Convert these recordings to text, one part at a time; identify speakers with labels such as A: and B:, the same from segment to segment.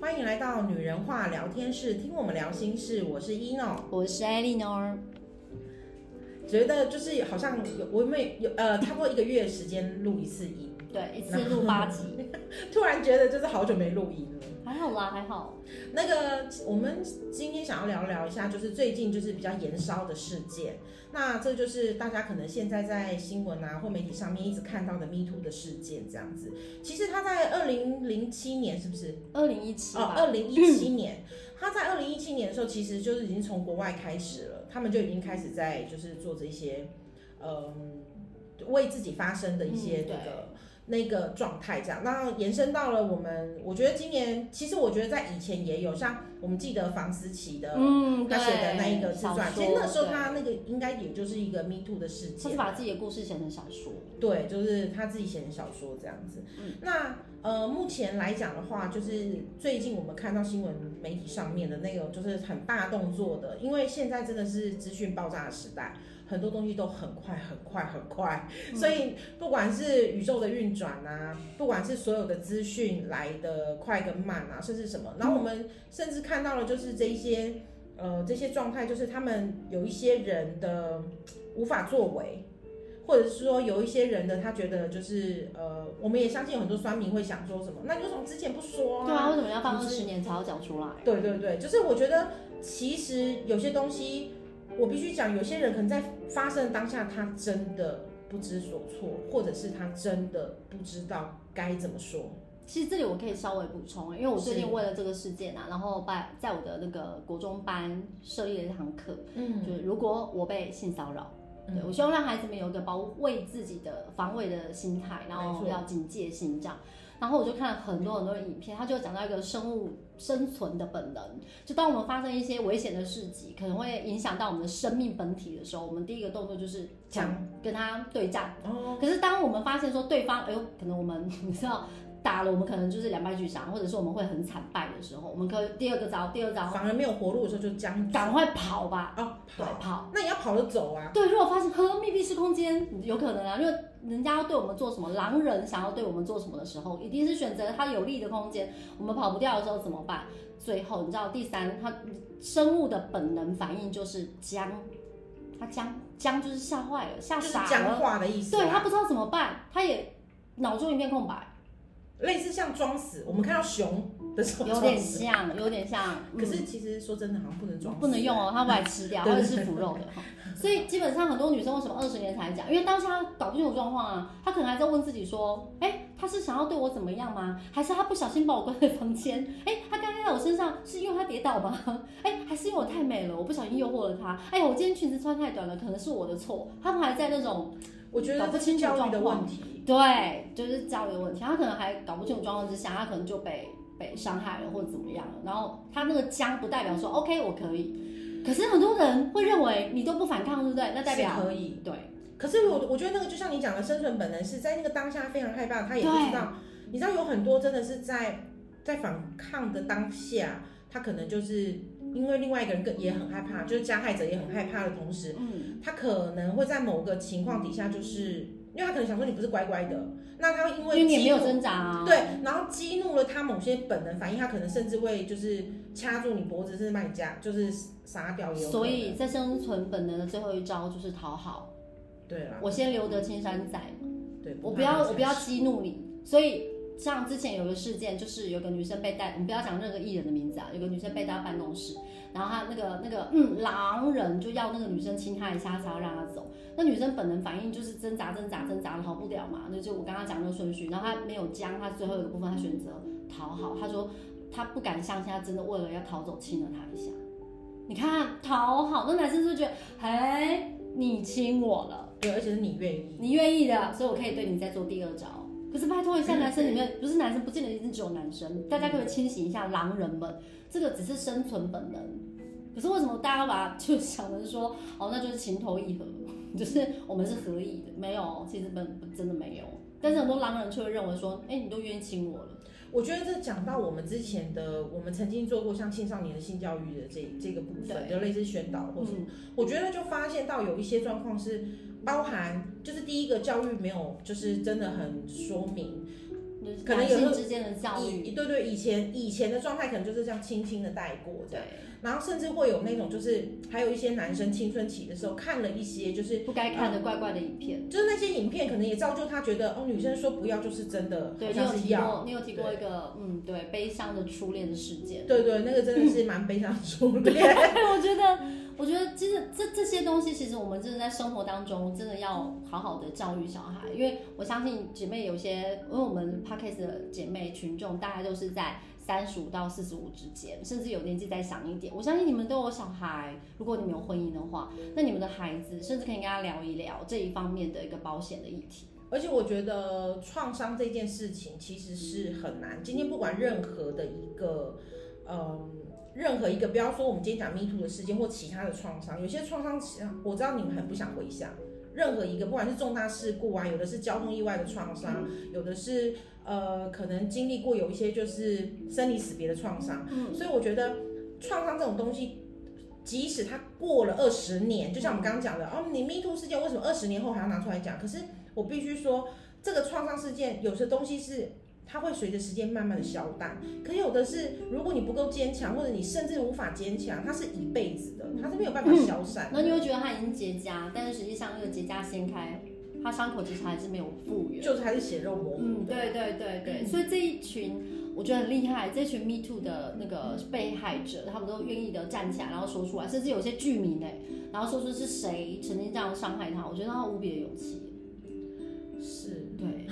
A: 欢迎来到女人话聊天室，听我们聊心事。我是一诺，
B: 我是艾莉诺。
A: 觉得就是好像有我们有呃，差不多一个月时间录一次音，
B: 对， 一次录八集，
A: 突然觉得就是好久没录音了。
B: 还好啦，还好。
A: 那个，我们今天想要聊聊一下，就是最近就是比较延烧的事件。那这就是大家可能现在在新闻啊或媒体上面一直看到的 Me Too 的事件，这样子。其实他在二零零七年是不是？
B: 二零一七
A: 哦，
B: 吧，
A: 二零一七年，他在二零一七年的时候，其实就是已经从国外开始了，他们就已经开始在就是做这些，嗯、为自己发声的一些
B: 嗯
A: 那个、那个状态这样。那延伸到了我们，我觉得今年其实我觉得在以前也有，像我们记得房思琪的。
B: 嗯，
A: 他写的那一个
B: 对
A: 自传，
B: 小
A: 其
B: 说
A: 实那时候
B: 对
A: 他那个应该也就是一个 Me Too 的事
B: 他
A: 件
B: 是，把自己的故事写成小说，
A: 对，就是他自己写的小说这样子。那呃，目前来讲的话，就是最近我们看到新闻媒体上面的那个，就是很大动作的，因为现在真的是资讯爆炸的时代，很多东西都很快、很快、很快，
B: 嗯
A: 所以不管是宇宙的运转啊，不管是所有的资讯来的快跟慢啊，甚至什么，然后我们甚至看到了就是这一些呃这些状态，就是他们有一些人的无法作为，或者是说有一些人的他觉得就是呃，我们也相信有很多酸民会想说什么，那你为什么之前不说
B: 对啊，为什么要放
A: 你
B: 二
A: 是
B: 十年才要讲出来？
A: 对对对，就是我觉得其实有些东西，我必须讲，有些人可能在发生的当下，他真的不知所措，或者是他真的不知道该怎么说。
B: 其实这里我可以稍微补充，因为我最
A: 是
B: 近为了这个事件啊，然后把在我的那个国中班设立了一堂课，
A: 嗯，
B: 就是如果我被性骚扰，
A: 嗯
B: 对我希望让孩子们有一个保卫自己的防卫的心态，然
A: 没
B: 后
A: 错
B: 要警戒心这样。然后我就看了很多很多的影片，他就讲到一个生物生存的本能，就当我们发生一些危险的事迹，可能会影响到我们的生命本体的时候，我们第一个动作就是
A: 讲
B: 跟他对战。
A: 哦，
B: 可是当我们发现说对方，哎呦，可能我们 你知道打了，我们可能就是两败俱伤，或者是我们会很惨败的时候，我们可第二个招，第二招
A: 反而没有活路的时候就将
B: 赶快跑吧，
A: 哦
B: 对，
A: 跑，
B: 跑。
A: 那你要跑着走啊。
B: 对，如果发现呵密闭式空间有可能啊，因为人家要对我们做什么，狼人想要对我们做什么的时候，一定是选择他有利的空间。我们跑不掉的时候怎么办？最后你知道第三，它生物的本能反应就是僵，它僵僵就是吓坏了，吓
A: 就是
B: 傻
A: 僵
B: 了，
A: 化的意思啊，
B: 对他不知道怎么办，他也脑中一片空白，
A: 类似像装死，我们看到熊的时候
B: 有
A: 装
B: 点
A: 死，
B: 像，有点像，
A: 可
B: 嗯
A: 是其实说真的，好像不能装死，
B: 不能用哦，他把它吃掉，
A: 对
B: 或
A: 对
B: 者是腐肉的哈。所以基本上很多女生为什么二十年才讲？因为当下她搞不清楚状况啊，她可能还在问自己说，哎、她是想要对我怎么样吗？还是她不小心把我关在房间？哎、她刚刚在我身上是因为她跌倒吗？哎、还是因为我太美了，我不小心诱惑了她？哎、呀，我今天裙子穿太短了，可能是我的错。他们还在那种
A: 我觉得
B: 搞不
A: 这是
B: 清楚
A: 教育的问
B: 状况
A: 题，
B: 对，就是交流问题，他可能还搞不清楚状况之下，他可能就被被伤害了或者怎么样了。然后他那个僵不代表说 OK 我可以，可是很多人会认为你都不反抗，对不对？那代表
A: 是可以。
B: 对
A: 可是我我觉得那个就像你讲的，生存本能是在那个当下非常害怕，他也不知道。你知道有很多真的是在在反抗的当下，他可能就是因为另外一个人更也很害怕，就是加害者也很害怕的同时，
B: 嗯，
A: 他可能会在某个情况底下，就是因为他可能想说你不是乖乖的，那他因
B: 因
A: 为
B: 为你也没
A: 激
B: 有
A: 怒。
B: 挣扎啊。
A: 对，然后激怒了他某些本能反应，他可能甚至会就是掐住你脖子，甚至把你夹，就是杀掉也有可能。
B: 所以在生存本能的最后一招就是讨好，
A: 对啦，
B: 我先留得青山在，
A: 对，
B: 我
A: 怕
B: 不要
A: 你才
B: 我不要
A: 是
B: 激怒你，所以。像之前有个事件，就是有个女生被带，我们不要讲那个艺人的名字啊，有个女生被带到办公室，然后她那个那个嗯狼人就要那个女生亲她一下，才要让她走。那女生本能反应就是挣扎挣扎挣扎，逃不了嘛，那就我刚刚讲那个顺序，然后她没有僵，她最后一个部分她选择讨好，她说她不敢相信，她真的为了要逃走亲了她一下。你看讨好，那男生是不是觉得，嘿，你亲我了？
A: 对，而且是你愿意。
B: 你愿意的，所以我可以对你再做第二招。可是拜托一下，男生里面不是男生，不见得一定只有男生，大家可不可以清醒一下，狼人们，这个只是生存本能。可是为什么大家把它就想成说，哦，那就是情投意合， 就是我们是合意的？没有，其实本真的没有。但是很多狼人却会认为说，哎、你都愿意亲我了，
A: 我觉得这讲到我们之前的，我们曾经做过像青少年的性教育的这这个部分，
B: 对
A: 就类似宣导或什么，
B: 嗯，
A: 我觉得就发现到有一些状况是包含，就是第一个教育没有，就是真的很说明。
B: 就是
A: 可能
B: 男
A: 有时
B: 性
A: 候
B: 之间的教育，
A: 以对对，以前以前的状态可能就是这样轻轻的带过这样，
B: 对，
A: 然后甚至会有那种就是还有一些男生青春期的时候看了一些就是
B: 不该看的怪怪的影片。
A: 就是那些影片，可能也造就他觉得哦，女生说不要就是真的，好
B: 对你有
A: 像是
B: 提
A: 要。
B: 过，你有提过一个嗯，对，悲伤的初恋的事件。
A: 对对，那个真的是蛮悲伤的 初恋。
B: 对，哎我觉得，我觉得其实这这些东西，其实我们真的在生活当中，真的要好好的教育小孩，因为我相信姐妹有些，因为我们 podcast 的姐妹群众大概都是在三十五到四十五之间，甚至有年纪再长一点。我相信你们都有小孩，如果你们有婚姻的话，那你们的孩子甚至可以跟他聊一聊这一方面的一个保险的议题。
A: 而且我觉得创伤这件事情其实是很难。今天不管任何的一个，嗯，任何一个，不要说我们今天讲 Me Too 的事件或其他的创伤，有些创伤其实我知道你们很不想回想。任何一个，不管是重大事故啊，有的是交通意外的创伤，
B: 嗯
A: 有的是呃可能经历过有一些就是生离死别的创伤，
B: 嗯，
A: 所以我觉得创伤这种东西，即使它过了二十年，就像我们刚刚讲的，哦，你 Me Too 事件为什么二十年后还要拿出来讲？可是我必须说，这个创伤事件有些东西是。它会随着时间慢慢的消淡，可有的是，如果你不够坚强，或者你甚至无法坚强，它是一辈子的，它是没有办法消散的。
B: 嗯那你会觉得他已经结痂，但是实际上那个结痂掀开，他伤口其实还是没有复原。
A: 就是还是血肉模糊
B: 嗯，
A: 的。
B: 对对对对，所以这一群我觉得很厉害，这群 Me Too 的那个被害者，他们都愿意的站起来，然后说出来，甚至有些剧迷呢，然后说出是谁曾经这样伤害他，我觉得他无比的勇气。
A: 是，
B: 对，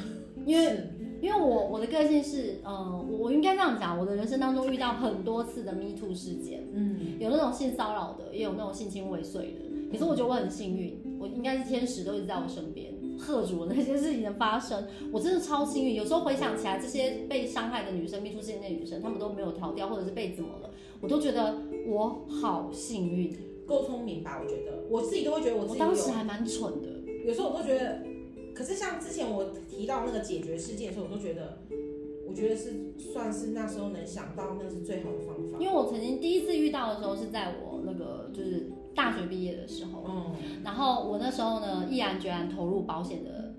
B: 因为
A: 是
B: 因为我我的个性是，嗯，我我应该这样讲，我的人生当中遇到很多次的 Me Too 事件，
A: 嗯，
B: 有那种性骚扰的，也有那种性侵未遂的。可是我觉得我很幸运，我应该是天使都一直在我身边，喝住我那些事情的发生。我真的超幸运。有时候回想起来，这些被伤害的女生、被出事件的女生，她们都没有逃掉，或者是被怎么了，我都觉得我好幸运。
A: 够聪明吧？我觉得我自己都会觉得我自
B: 我
A: 己
B: 当
A: 有啊
B: 时还蛮蠢的，
A: 有时候我都觉得，可是像之前我提到那个解决事件的时候，我都觉得，我觉得是算是那时候能想到那是最好的方法。
B: 因为我曾经第一次遇到的时候是在我那个就是大学毕业的时候，
A: 嗯，
B: 然后我那时候呢，毅然决然投入保险的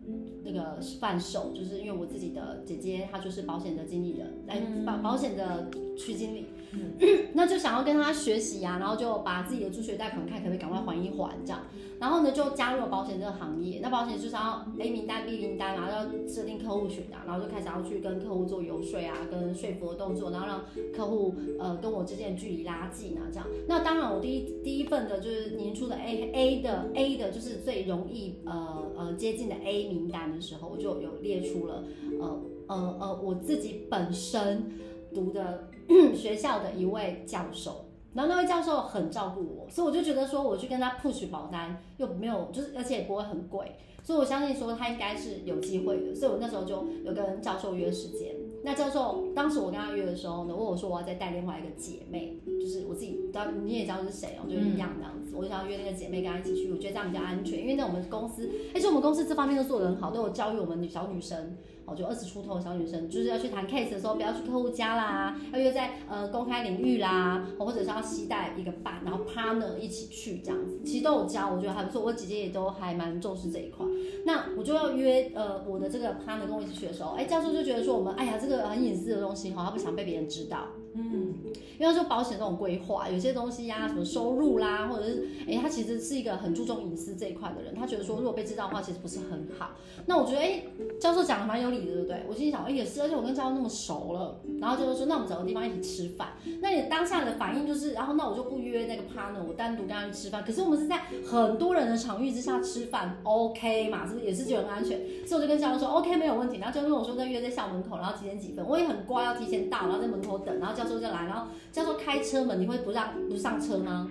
B: 那个贩售，就是因为我自己的姐姐她就是保险的经理人，哎、
A: 嗯
B: 保保险的区经理， 那就想要跟她学习啊，然后就把自己的助学贷款看可不可以赶快还一还这样，然后呢就加入了保险这个行业。那保险就是要 A 名单、B 名单嘛，然后要制定客户群啊，然后就开始要去跟客户做游说啊，跟说服的动作，然后让客户呃跟我之间的距离拉近啊，这样。那当然，我第一第一份的就是年初的 A A 的 A 的，就是最容易呃呃接近的 A 名单的时候，我就有列出了呃呃呃我自己本身读的 学校的一位教授。然后那位教授很照顾我，所以我就觉得说，我去跟他 push 保单又没有，就是而且也不会很贵，所以我相信说他应该是有机会的。所以我那时候就有跟教授约时间。那教授当时我跟他约的时候呢，问我说我要再带另外一个姐妹，就是我自己知道你也知道是谁哦，就是一样这样子。我想要约那个姐妹跟她一起去，我觉得这样比较安全，因为在我们公司，而且我们公司这方面都做得很好，都有教育我们女小女生。哦，就二十出头的小女生，就是要去谈 case 的时候，不要去客户家啦，要约在呃公开领域啦，哦或者是要期待一个伴，然后 partner 一起去这样子，其实都有教，我觉得还不错。我姐姐也都还蛮重视这一块。那我就要约呃我的这个 partner 跟我一起去的时候，哎，教授就觉得说我们哎呀这个很隐私的东西哈，他不想被别人知道。
A: 嗯
B: 因为他说保险这种规划，有些东西呀、什么收入啦，或者是哎、他其实是一个很注重隐私这一块的人，他觉得说如果被知道的话，其实不是很好。那我觉得哎、教授讲的蛮有理的，对不对？我心里想，哎、也是，而且我跟教授那么熟了，然后教授说，那我们找个地方一起吃饭。那你当下的反应就是，然后那我就不约那个 partner，我单独跟他去吃饭。可是我们是在很多人的场域之下吃饭，OK 嘛？是不是也是觉得很安全？所以我就跟教授说 OK 没有问题。然后教授跟我说在约在校门口，然后几点几分，我也很乖，要啊提前到，然后在门口等，然后教授就来，然后教授开车门，你会不让不上车吗？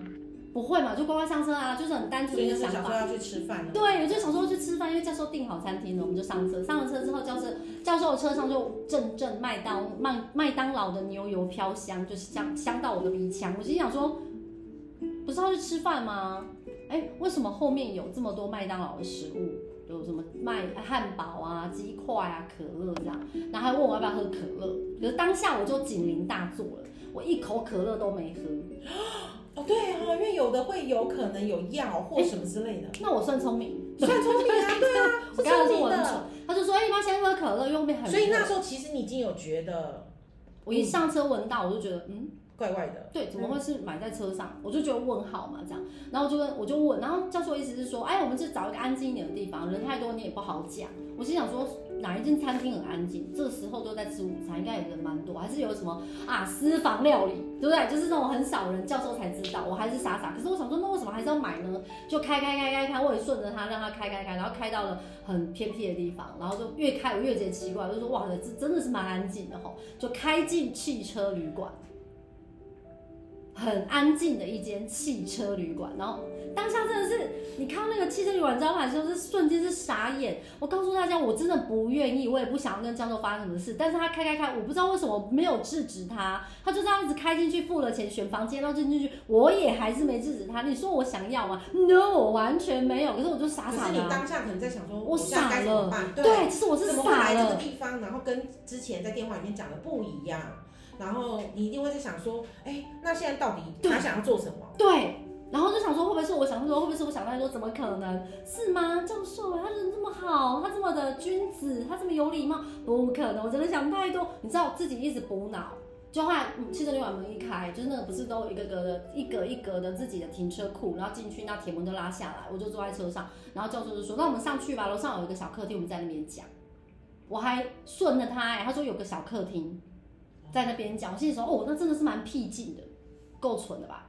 B: 不会嘛，就乖乖上车啊，就是很单
A: 所
B: 纯
A: 以
B: 一
A: 那
B: 个
A: 时候
B: 想
A: 想
B: 法
A: 说。要去吃饭了。
B: 对，啊我就想说去吃饭，因为教授订好餐厅了，我们就上车。上了车之后，教授教授的车上就阵阵麦当麦麦当劳的牛油飘香，就是香香到我的鼻腔。我心想说，不是要去吃饭吗？哎，为什么后面有这么多麦当劳的食物？有什么麦汉堡啊、鸡块啊、可乐这样，然后还问我要不要喝可乐。可是当下我就警铃大作了，我一口可乐都没喝。
A: 哦，对啊，因为有的会有可能有药或什么之类的，
B: 那我算聪明，
A: 算聪明啊，对 啊，
B: 我
A: 是
B: 刚刚
A: 聪
B: 说
A: 明
B: 我很
A: 的。
B: 蠢，他就说哎，你要先喝可乐，因为后面很热。
A: 所以那时候其实你已经有觉得
B: 我一上车闻到，我就觉得嗯。
A: 怪怪的，
B: 对，怎么会是买在车上？我就觉得问号嘛，这样，然后我就跟我就问，然后教授意思是说，哎，我们就找一个安静一点的地方，人太多你也不好讲。我心想说，哪一间餐厅很安静？这个时候都在吃午餐，应该也人蛮多，还是有什么啊私房料理，对不对？就是那种很少人，教授才知道，我还是傻傻。可是我想说，那为什么还是要买呢？就开开开开开，我也顺着它让它开开开，然后开到了很偏僻的地方，然后就越开我越觉得奇怪，我就说哇，这真的是蛮安静的吼，就开进汽车旅馆。很安静的一间汽车旅馆，然后当下真的是，你看到那个汽车旅馆招牌的时候，是瞬间是傻眼。我告诉大家，我真的不愿意，我也不想要跟教授发生什么事。但是他开开开，我不知道为什么没有制止他，他就这样一直开进去，付了钱选房间，然后进进去，我也还是没制止他。你说我想要吗？No，我完全没有。可是我就傻
A: 可
B: 傻
A: 是你
B: 的啊、
A: 当下可能在想说，
B: 我
A: 现在该怎么办？对，
B: 对，其实我是
A: 怎么会
B: 傻
A: 来这个
B: 了。
A: 地方？然后跟之前在电话里面讲的不一样，然后你一定会在想说，哎，那现在到底
B: 对
A: 他想要做什么？
B: 对，然后就想说会不会是我想说会不会是我想太多？怎么可能是吗？教授他人这么好，他这么的君子，他这么有礼貌，不可能，我真的想太多。你知道自己一直补脑。就后来嗯汽车旅馆门一开，就是那个不是都有一个个的、一格一格的自己的停车库，然后进去，那铁门就拉下来，我就坐在车上，然后教授就说：“那我们上去吧，楼上有一个小客厅，我们在那边讲。”我还顺着他、哎，他说有个小客厅，在那边讲，我心里说：“哦，那真的是蛮僻静的，够蠢的吧？”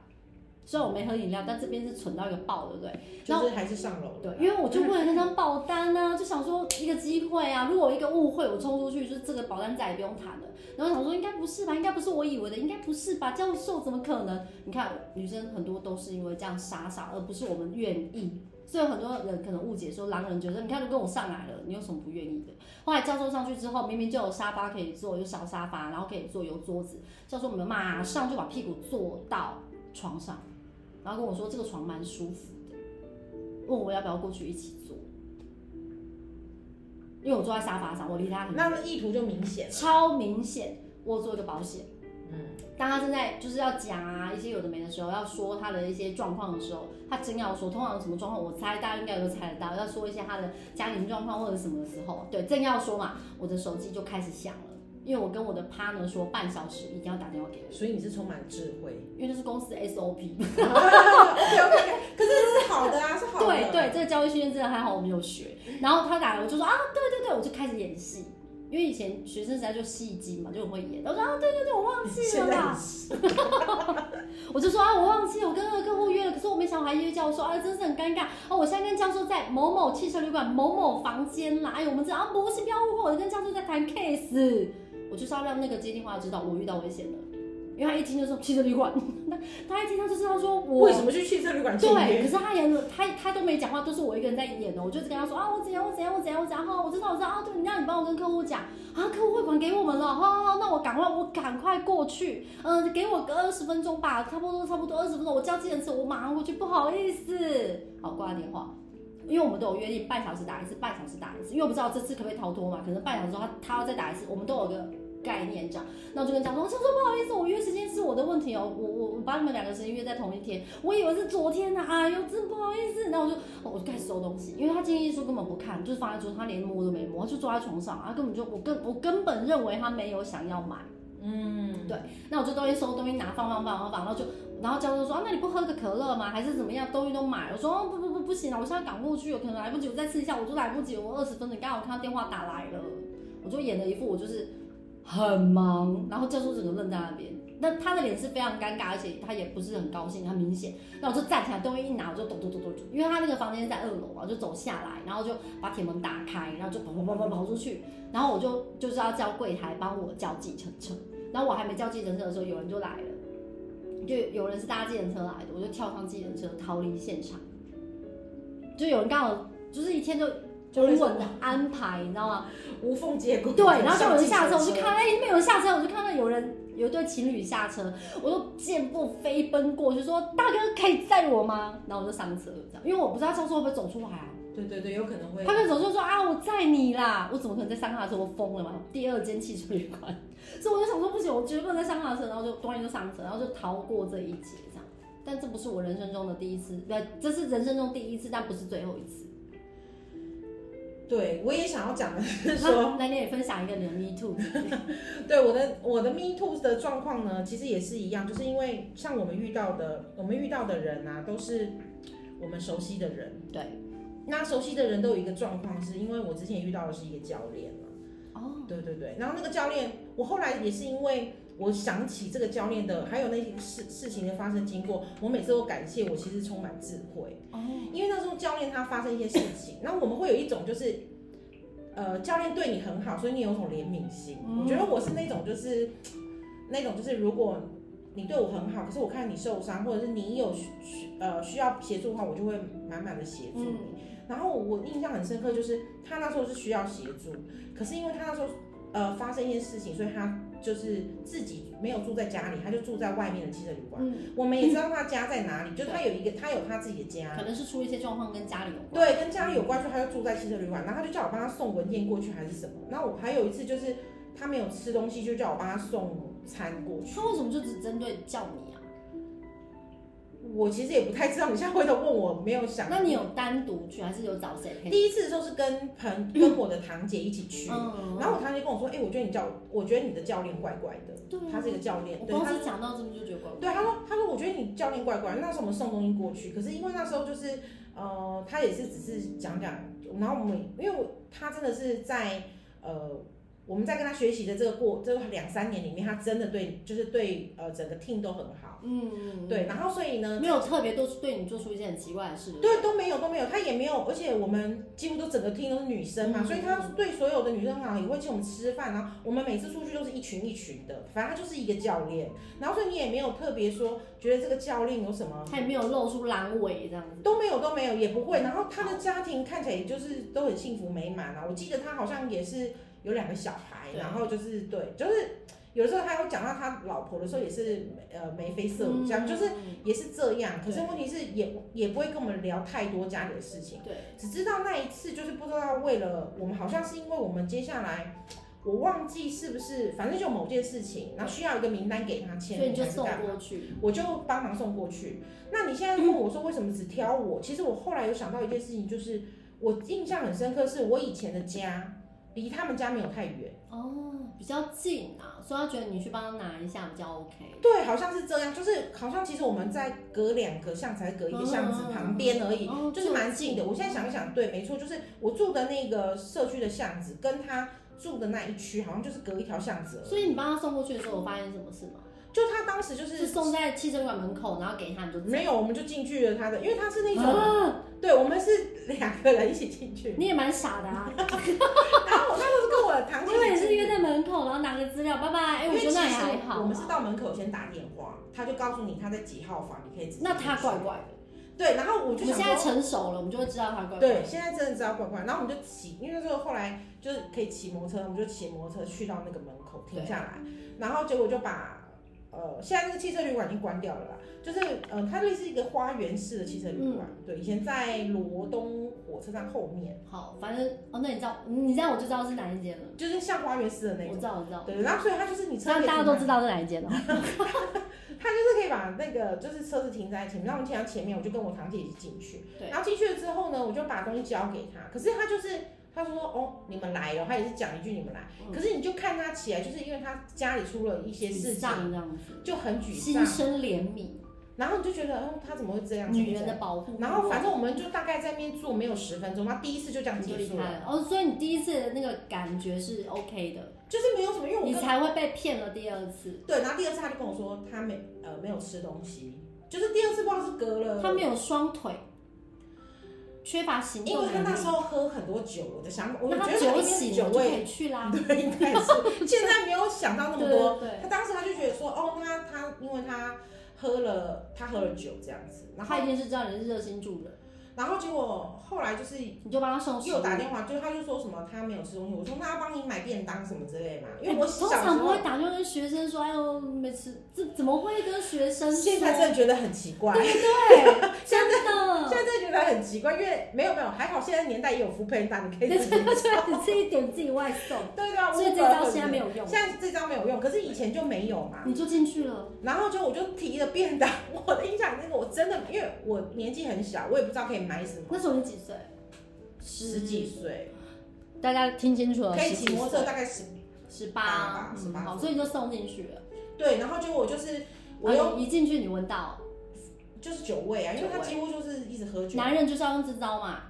B: 虽然我没喝饮料，但这边是蠢到一个爆，对不对？然
A: 就是还是上楼
B: 对
A: 了，，
B: 因为我就为了那张保单呢、 就想说一个机会啊，如果有一个误会我冲出去，就是这个保单再也不用谈了。然后想说应该不是吧，应该不是我以为的，应该不是吧？教授怎么可能？你看女生很多都是因为这样傻傻，而不是我们愿意。所以很多人可能误解说，狼人觉得你看都跟我上来了，你有什么不愿意的？后来教授上去之后，明明就有沙发可以坐，有小沙发，然后可以坐，有桌子。教授我们马上就把屁股坐到床上，然后跟我说这个床蛮舒服的。问我要不要过去一起坐，因为我坐在沙发上，我离他很远，
A: 那意图就明显了。
B: 超明显，我做一个保险。
A: 嗯，
B: 当他正在就是要讲啊一些有的没的时候，要说他的一些状况的时候，他真要说，通常有什么状况，我猜大家应该都猜得到，要说一些他的家庭状况或者什么的时候，对，正要说嘛，我的手机就开始响了，因为我跟我的 partner 说半小时一定要打电话给我，
A: 所以你是充满智慧。
B: 因为这是公司的 SOP。
A: OK OK，可是是好的啊，是好的。
B: 哦对对，这个教育训练真的还好，我们有学。然后他打来，我就说啊，对对对，我就开始演戏，因为以前学生时代就戏精嘛，就很会演。我说啊，对对对，我忘记了
A: 现在也。
B: 啦
A: 是
B: 啊我就说啊，我忘记了我跟那个客户约了，可是我没想到还约教授，啊，真是很尴尬。啊，我现在跟教授在某某汽车旅馆某某房间啦。哎呦，我们这啊不是不要误会，我跟教授在谈 case，我就是要让那个接电话的知道我遇到危险了，因为他一听就说汽车旅馆， 那他一听他就知道说我
A: 为什么去汽车旅馆签
B: 对，
A: 约？
B: 可是他演他他都没讲话，都是我一个人在演哦。我就一直跟他说啊，我怎样我怎样我怎样我怎样哈，我知道我知道啊，对，你让你帮我跟客户讲啊，客户汇款给我们了，好好好，那我赶快我赶快过去，嗯、给我个二十分钟吧，差不多差不多二十分钟，我叫计程车，我马上过去，不好意思，好挂电话。因为我们都有约定半小时打一次，半小时打一次，因为我不知道这次可不可以逃脱嘛，可能半小时之后他他要再打一次，我们都有个概念这样。那我就跟讲说，哦教授不好意思，我约时间是我的问题哦，我我我把你们两个时间约在同一天，我以为是昨天呢、哎呦，真不好意思。然后我就、哦我就开始收东西，因为他建议书根本不看，就是放在桌上，他连摸都没摸，他就坐在床上，他根本就我根我根本认为他没有想要买。
A: 嗯，
B: 那我就东西收，东西拿，放放放放放，然后就，然后教授说啊，那你不喝个可乐吗？还是怎么样？东西都买了，我说哦不不不不行了，我现在赶过去，有可能来不及，我再吃一下，我就来不及，我二十分钟，刚好看到电话打来了，我就演了一副我就是很忙，然后教授整个愣在那边，那他的脸是非常尴尬，而且他也不是很高兴，很明显。那我就站起来，东西一拿，我就咚咚咚咚咚，因为他那个房间在二楼啊嘛，我就走下来，然后就把铁门打开，然后就跑跑跑跑跑出去，然后我就就是要叫柜台帮我叫计程车。然后我还没叫计程车的时候，有人就来了，就有人是搭计程车来的，我就跳上计程车逃离现场。就有人刚好就是一天就
A: 就
B: 稳
A: 类似
B: 稳的安排，你知道吗？
A: 无缝接轨。
B: 对，然后就有人下车，我就
A: 上计程
B: 看，哎、没有人下车，我就看到有人有一对情侣下车，我就箭步飞奔过去说：“大哥，可以载我吗？”然后我就上车，这样，因为我不知道教授会不会走出来啊。
A: 对对对，有可能会
B: 他。跟走就说啊，我载你啦！我怎么可能在上他的车？我疯了嘛！第二间汽车旅馆，所以我就想说不行，我绝对不能在上他的车，然后就突然就上车，然后就逃过这一劫这样。但这不是我人生中的第一次，呃，这是人生中第一次，但不是最后一次。
A: 对，我也想要讲的是 说，
B: 那那你也分享一个你的 me too，
A: 对我的我的 me too 的状况呢，其实也是一样，就是因为像我们遇到的，我们遇到的人啊，都是我们熟悉的人。
B: 对，
A: 那熟悉的人都有一个状况，是因为我之前也遇到的是一个教练嘛。
B: 哦，
A: 对对对，然后那个教练，我后来也是因为我想起这个教练的，还有那些事事情的发生经过，我每次都感谢我其实充满智慧。
B: 哦，
A: 因为那时候教练他发生一些事情，那我们会有一种就是，呃，教练对你很好，所以你有一种怜悯心。
B: 嗯
A: 我觉得我是那种就是，那种就是如果你对我很好，可是我看你受伤，或者是你有需需呃需要协助的话，我就会满满的协助你。
B: 嗯
A: 然后我印象很深刻，就是他那时候是需要协助，可是因为他那时候呃发生一些事情，所以他就是自己没有住在家里，他就住在外面的汽车旅馆。
B: 嗯，
A: 我们也知道他家在哪里，就是他有一个他有他自己的家，
B: 可能是出一些状况跟家里有关。
A: 对，跟家里有关系，他就住在汽车旅馆，然后他就叫我帮他送文件过去还是什么。那我还有一次就是他没有吃东西，就叫我帮他送餐过去。
B: 他为什么就只针对叫你啊？
A: 我其实也不太知道，你现在回头问我没有想。
B: 那你有单独去，还是有找谁陪你？
A: 第一次的时候是跟朋跟我的堂姐一起去，
B: 嗯，
A: 然后我堂姐跟我说，哎、我觉得你教，我觉得你的教练怪怪的，
B: 对啊
A: 他是一个教练，
B: 我
A: 对
B: 光
A: 他。
B: 是讲到这么就觉得怪怪。
A: 对，他说，他说，我觉得你教练怪怪。那时候我们送东西过去，可是因为那时候就是，呃，他也是只是讲讲，然后我们因为我他真的是在，呃，我们在跟他学习的这个过这两三年里面，他真的对就是对呃整个 team 都很好，
B: 嗯，
A: 对，然后所以呢，
B: 没有特别多对你做出一些很奇怪的事。
A: 对，都没有都没有，他也没有，而且我们几乎都整个厅都是女生嘛，
B: 嗯
A: 所以他对所有的女生很好，也会请我们吃饭啊。我们每次出去都是一群一群的，反正他就是一个教练，然后所以你也没有特别说觉得这个教练有什么。
B: 他也没有露出狼尾这样子。
A: 都没有，都没有，也不会。然后他的家庭看起来也就是都很幸福美满啊。我记得他好像也是有两个小孩，
B: 对
A: 然后就是对，就是有时候他有讲到他老婆的时候，也是呃眉飞色舞，这
B: 嗯
A: 样、就是也是这样。可是问题是也也不会跟我们聊太多家里的事情。
B: 对，
A: 只知道那一次就是不知道为了我们，好像是因为我们接下来我忘记是不是，反正就某件事情，然后需要一个名单给他签，
B: 所以你就
A: 还是
B: 送
A: 干嘛
B: 过去。
A: 我就帮忙送过去。那你现在问我说为什么只挑我？其实我后来有想到一件事情，就是我印象很深刻，是我以前的家离他们家没有太远，
B: 哦，比较近啊，所以他觉得你去帮他拿一下比较 OK。
A: 对，好像是这样，就是好像其实我们在隔两个巷子，还隔一个巷子旁边而已，
B: 哦
A: 就是蛮近的。我现在想一想，对，没错，就是我住的那个社区的巷子，跟他住的那一区好像就是隔一条巷子而已。
B: 所以你帮他送过去的时候，我发现什么事吗？
A: 就他当时就是
B: 是送在汽车馆门口，然后给他你就走。
A: 没有，我们就进去了他的，因为他是那种，
B: 啊，
A: 对我们是两个人一起进 去。
B: 你也蛮傻 的啊！
A: 然后我那时候是跟我的堂姐
B: 我以为
A: 一起
B: 是
A: 进去，
B: 约在门口，然后拿个资料，拜拜。哎，
A: 因
B: 我
A: 为
B: 觉
A: 其实
B: 得那也还好啊。
A: 我们是到门口先打电话，他就告诉你他在几号房，你可以直接
B: 那
A: 进
B: 他
A: 去
B: 怪怪的，
A: 对，然后
B: 我
A: 我
B: 们
A: 就
B: 现
A: 想说
B: 在成熟了，我们就会知道他怪怪
A: 对，
B: 的。
A: 现在真的知道怪怪。然后我们就骑，因为那时候后来就是可以骑摩托车，我们就骑摩托车去到那个门口停下来，
B: 嗯
A: 然后结果就把呃，现在那个汽车旅馆已经关掉了啦，就是呃，它类似一个花园式的汽车旅馆，
B: 嗯
A: 对，以前在罗东火车站后面，
B: 好，反正哦，那你知道，你这样我就知道是哪一间了。
A: 就是像花园式的那
B: 我
A: 种。
B: 知道，我知道。
A: 对，然后所以它就是你车
B: 虽然
A: 可以
B: 嗯大家
A: 停
B: 都
A: 在
B: 知道是哪一间哦了。
A: 他就是可以把那个就是车子停在前面，然后我们停在前面，我就跟我堂姐一起进去。
B: 对
A: 然后进去了之后呢，我就把东西交给他，可是他就是他说哦你们来了，他也是讲一句你们来，
B: 嗯
A: 可是你就看他起来，就是因为他家里出了一些事
B: 沮
A: 情，
B: 丧这样子，
A: 就很沮
B: 心
A: 丧，
B: 生怜悯，
A: 然后你就觉得哦他怎么会这样？
B: 女人
A: 怎么
B: 的保护
A: 会
B: 欲
A: 这样。然后反正我们就大概在那边坐没有十分钟，他第一次就这样
B: 你就
A: 结
B: 离
A: 束
B: 开
A: 了，
B: 了。哦，所以你第一次的那个感觉是 OK 的，
A: 就是没有什么，因为我
B: 你
A: 跟
B: 才会被骗了第二次。
A: 对，然后第二次他就跟我说他没呃没有吃东西，就是第二次不知道是隔了
B: 他没有双腿，缺乏行
A: 因为
B: 动
A: 他那
B: 能力
A: 时。候喝很多酒，我的想法，我
B: 那
A: 觉
B: 他
A: 得
B: 酒
A: 他应
B: 醒
A: 该是
B: 了
A: 酒
B: 就可
A: 味，
B: 以去啦。
A: 对，应该 是。现在没有想到那么多，
B: 对，对
A: 他当时他就觉得说，哦，那他因为他喝了，他喝了酒这样子，
B: 对
A: 然
B: 他
A: 后
B: 一定是知道你是热心助人。
A: 然后结果后来就是
B: 你就帮他送食
A: 又
B: 物。
A: 打电话，就是他就说什么他没有吃东西，我说那他帮你买便当什么之类嘛，因为
B: 哎
A: 我小
B: 通
A: 时
B: 常不
A: 候
B: 会打电话跟学生说，哎呦没吃，这怎么会跟学生说？
A: 现在真的觉得很奇怪，
B: 对不对？
A: 现
B: 真的
A: 现。在真的觉得很奇怪，因为没有没有，还好现在年代也有福配蛋，你可
B: 对
A: 以自
B: 对
A: 己
B: 对，对自己点自己外送，
A: 对对啊，
B: 所以这
A: Uber，
B: 招
A: 对
B: 现在
A: 不
B: 没
A: 对
B: 有用
A: 现，在这招没有用，可是以前就没有嘛。
B: 你就进去了。
A: 然后就我就提了便当，我的印象那个我真的，因为我年纪很小，我也不知道可以买什么，
B: 那时候你几岁？
A: 十几岁
B: 大家听清楚了，
A: 可以骑摩托车，大概十
B: 十
A: 吧
B: 八，
A: 18
B: 嗯好，
A: 左
B: 所以就送进去了。
A: 对，然后结果我就是我
B: 然后
A: 又
B: 你一进去，你闻到，
A: 就是酒味啊，因为他
B: 酒味
A: 几乎就是一直喝酒，
B: 男人就是要用这招嘛，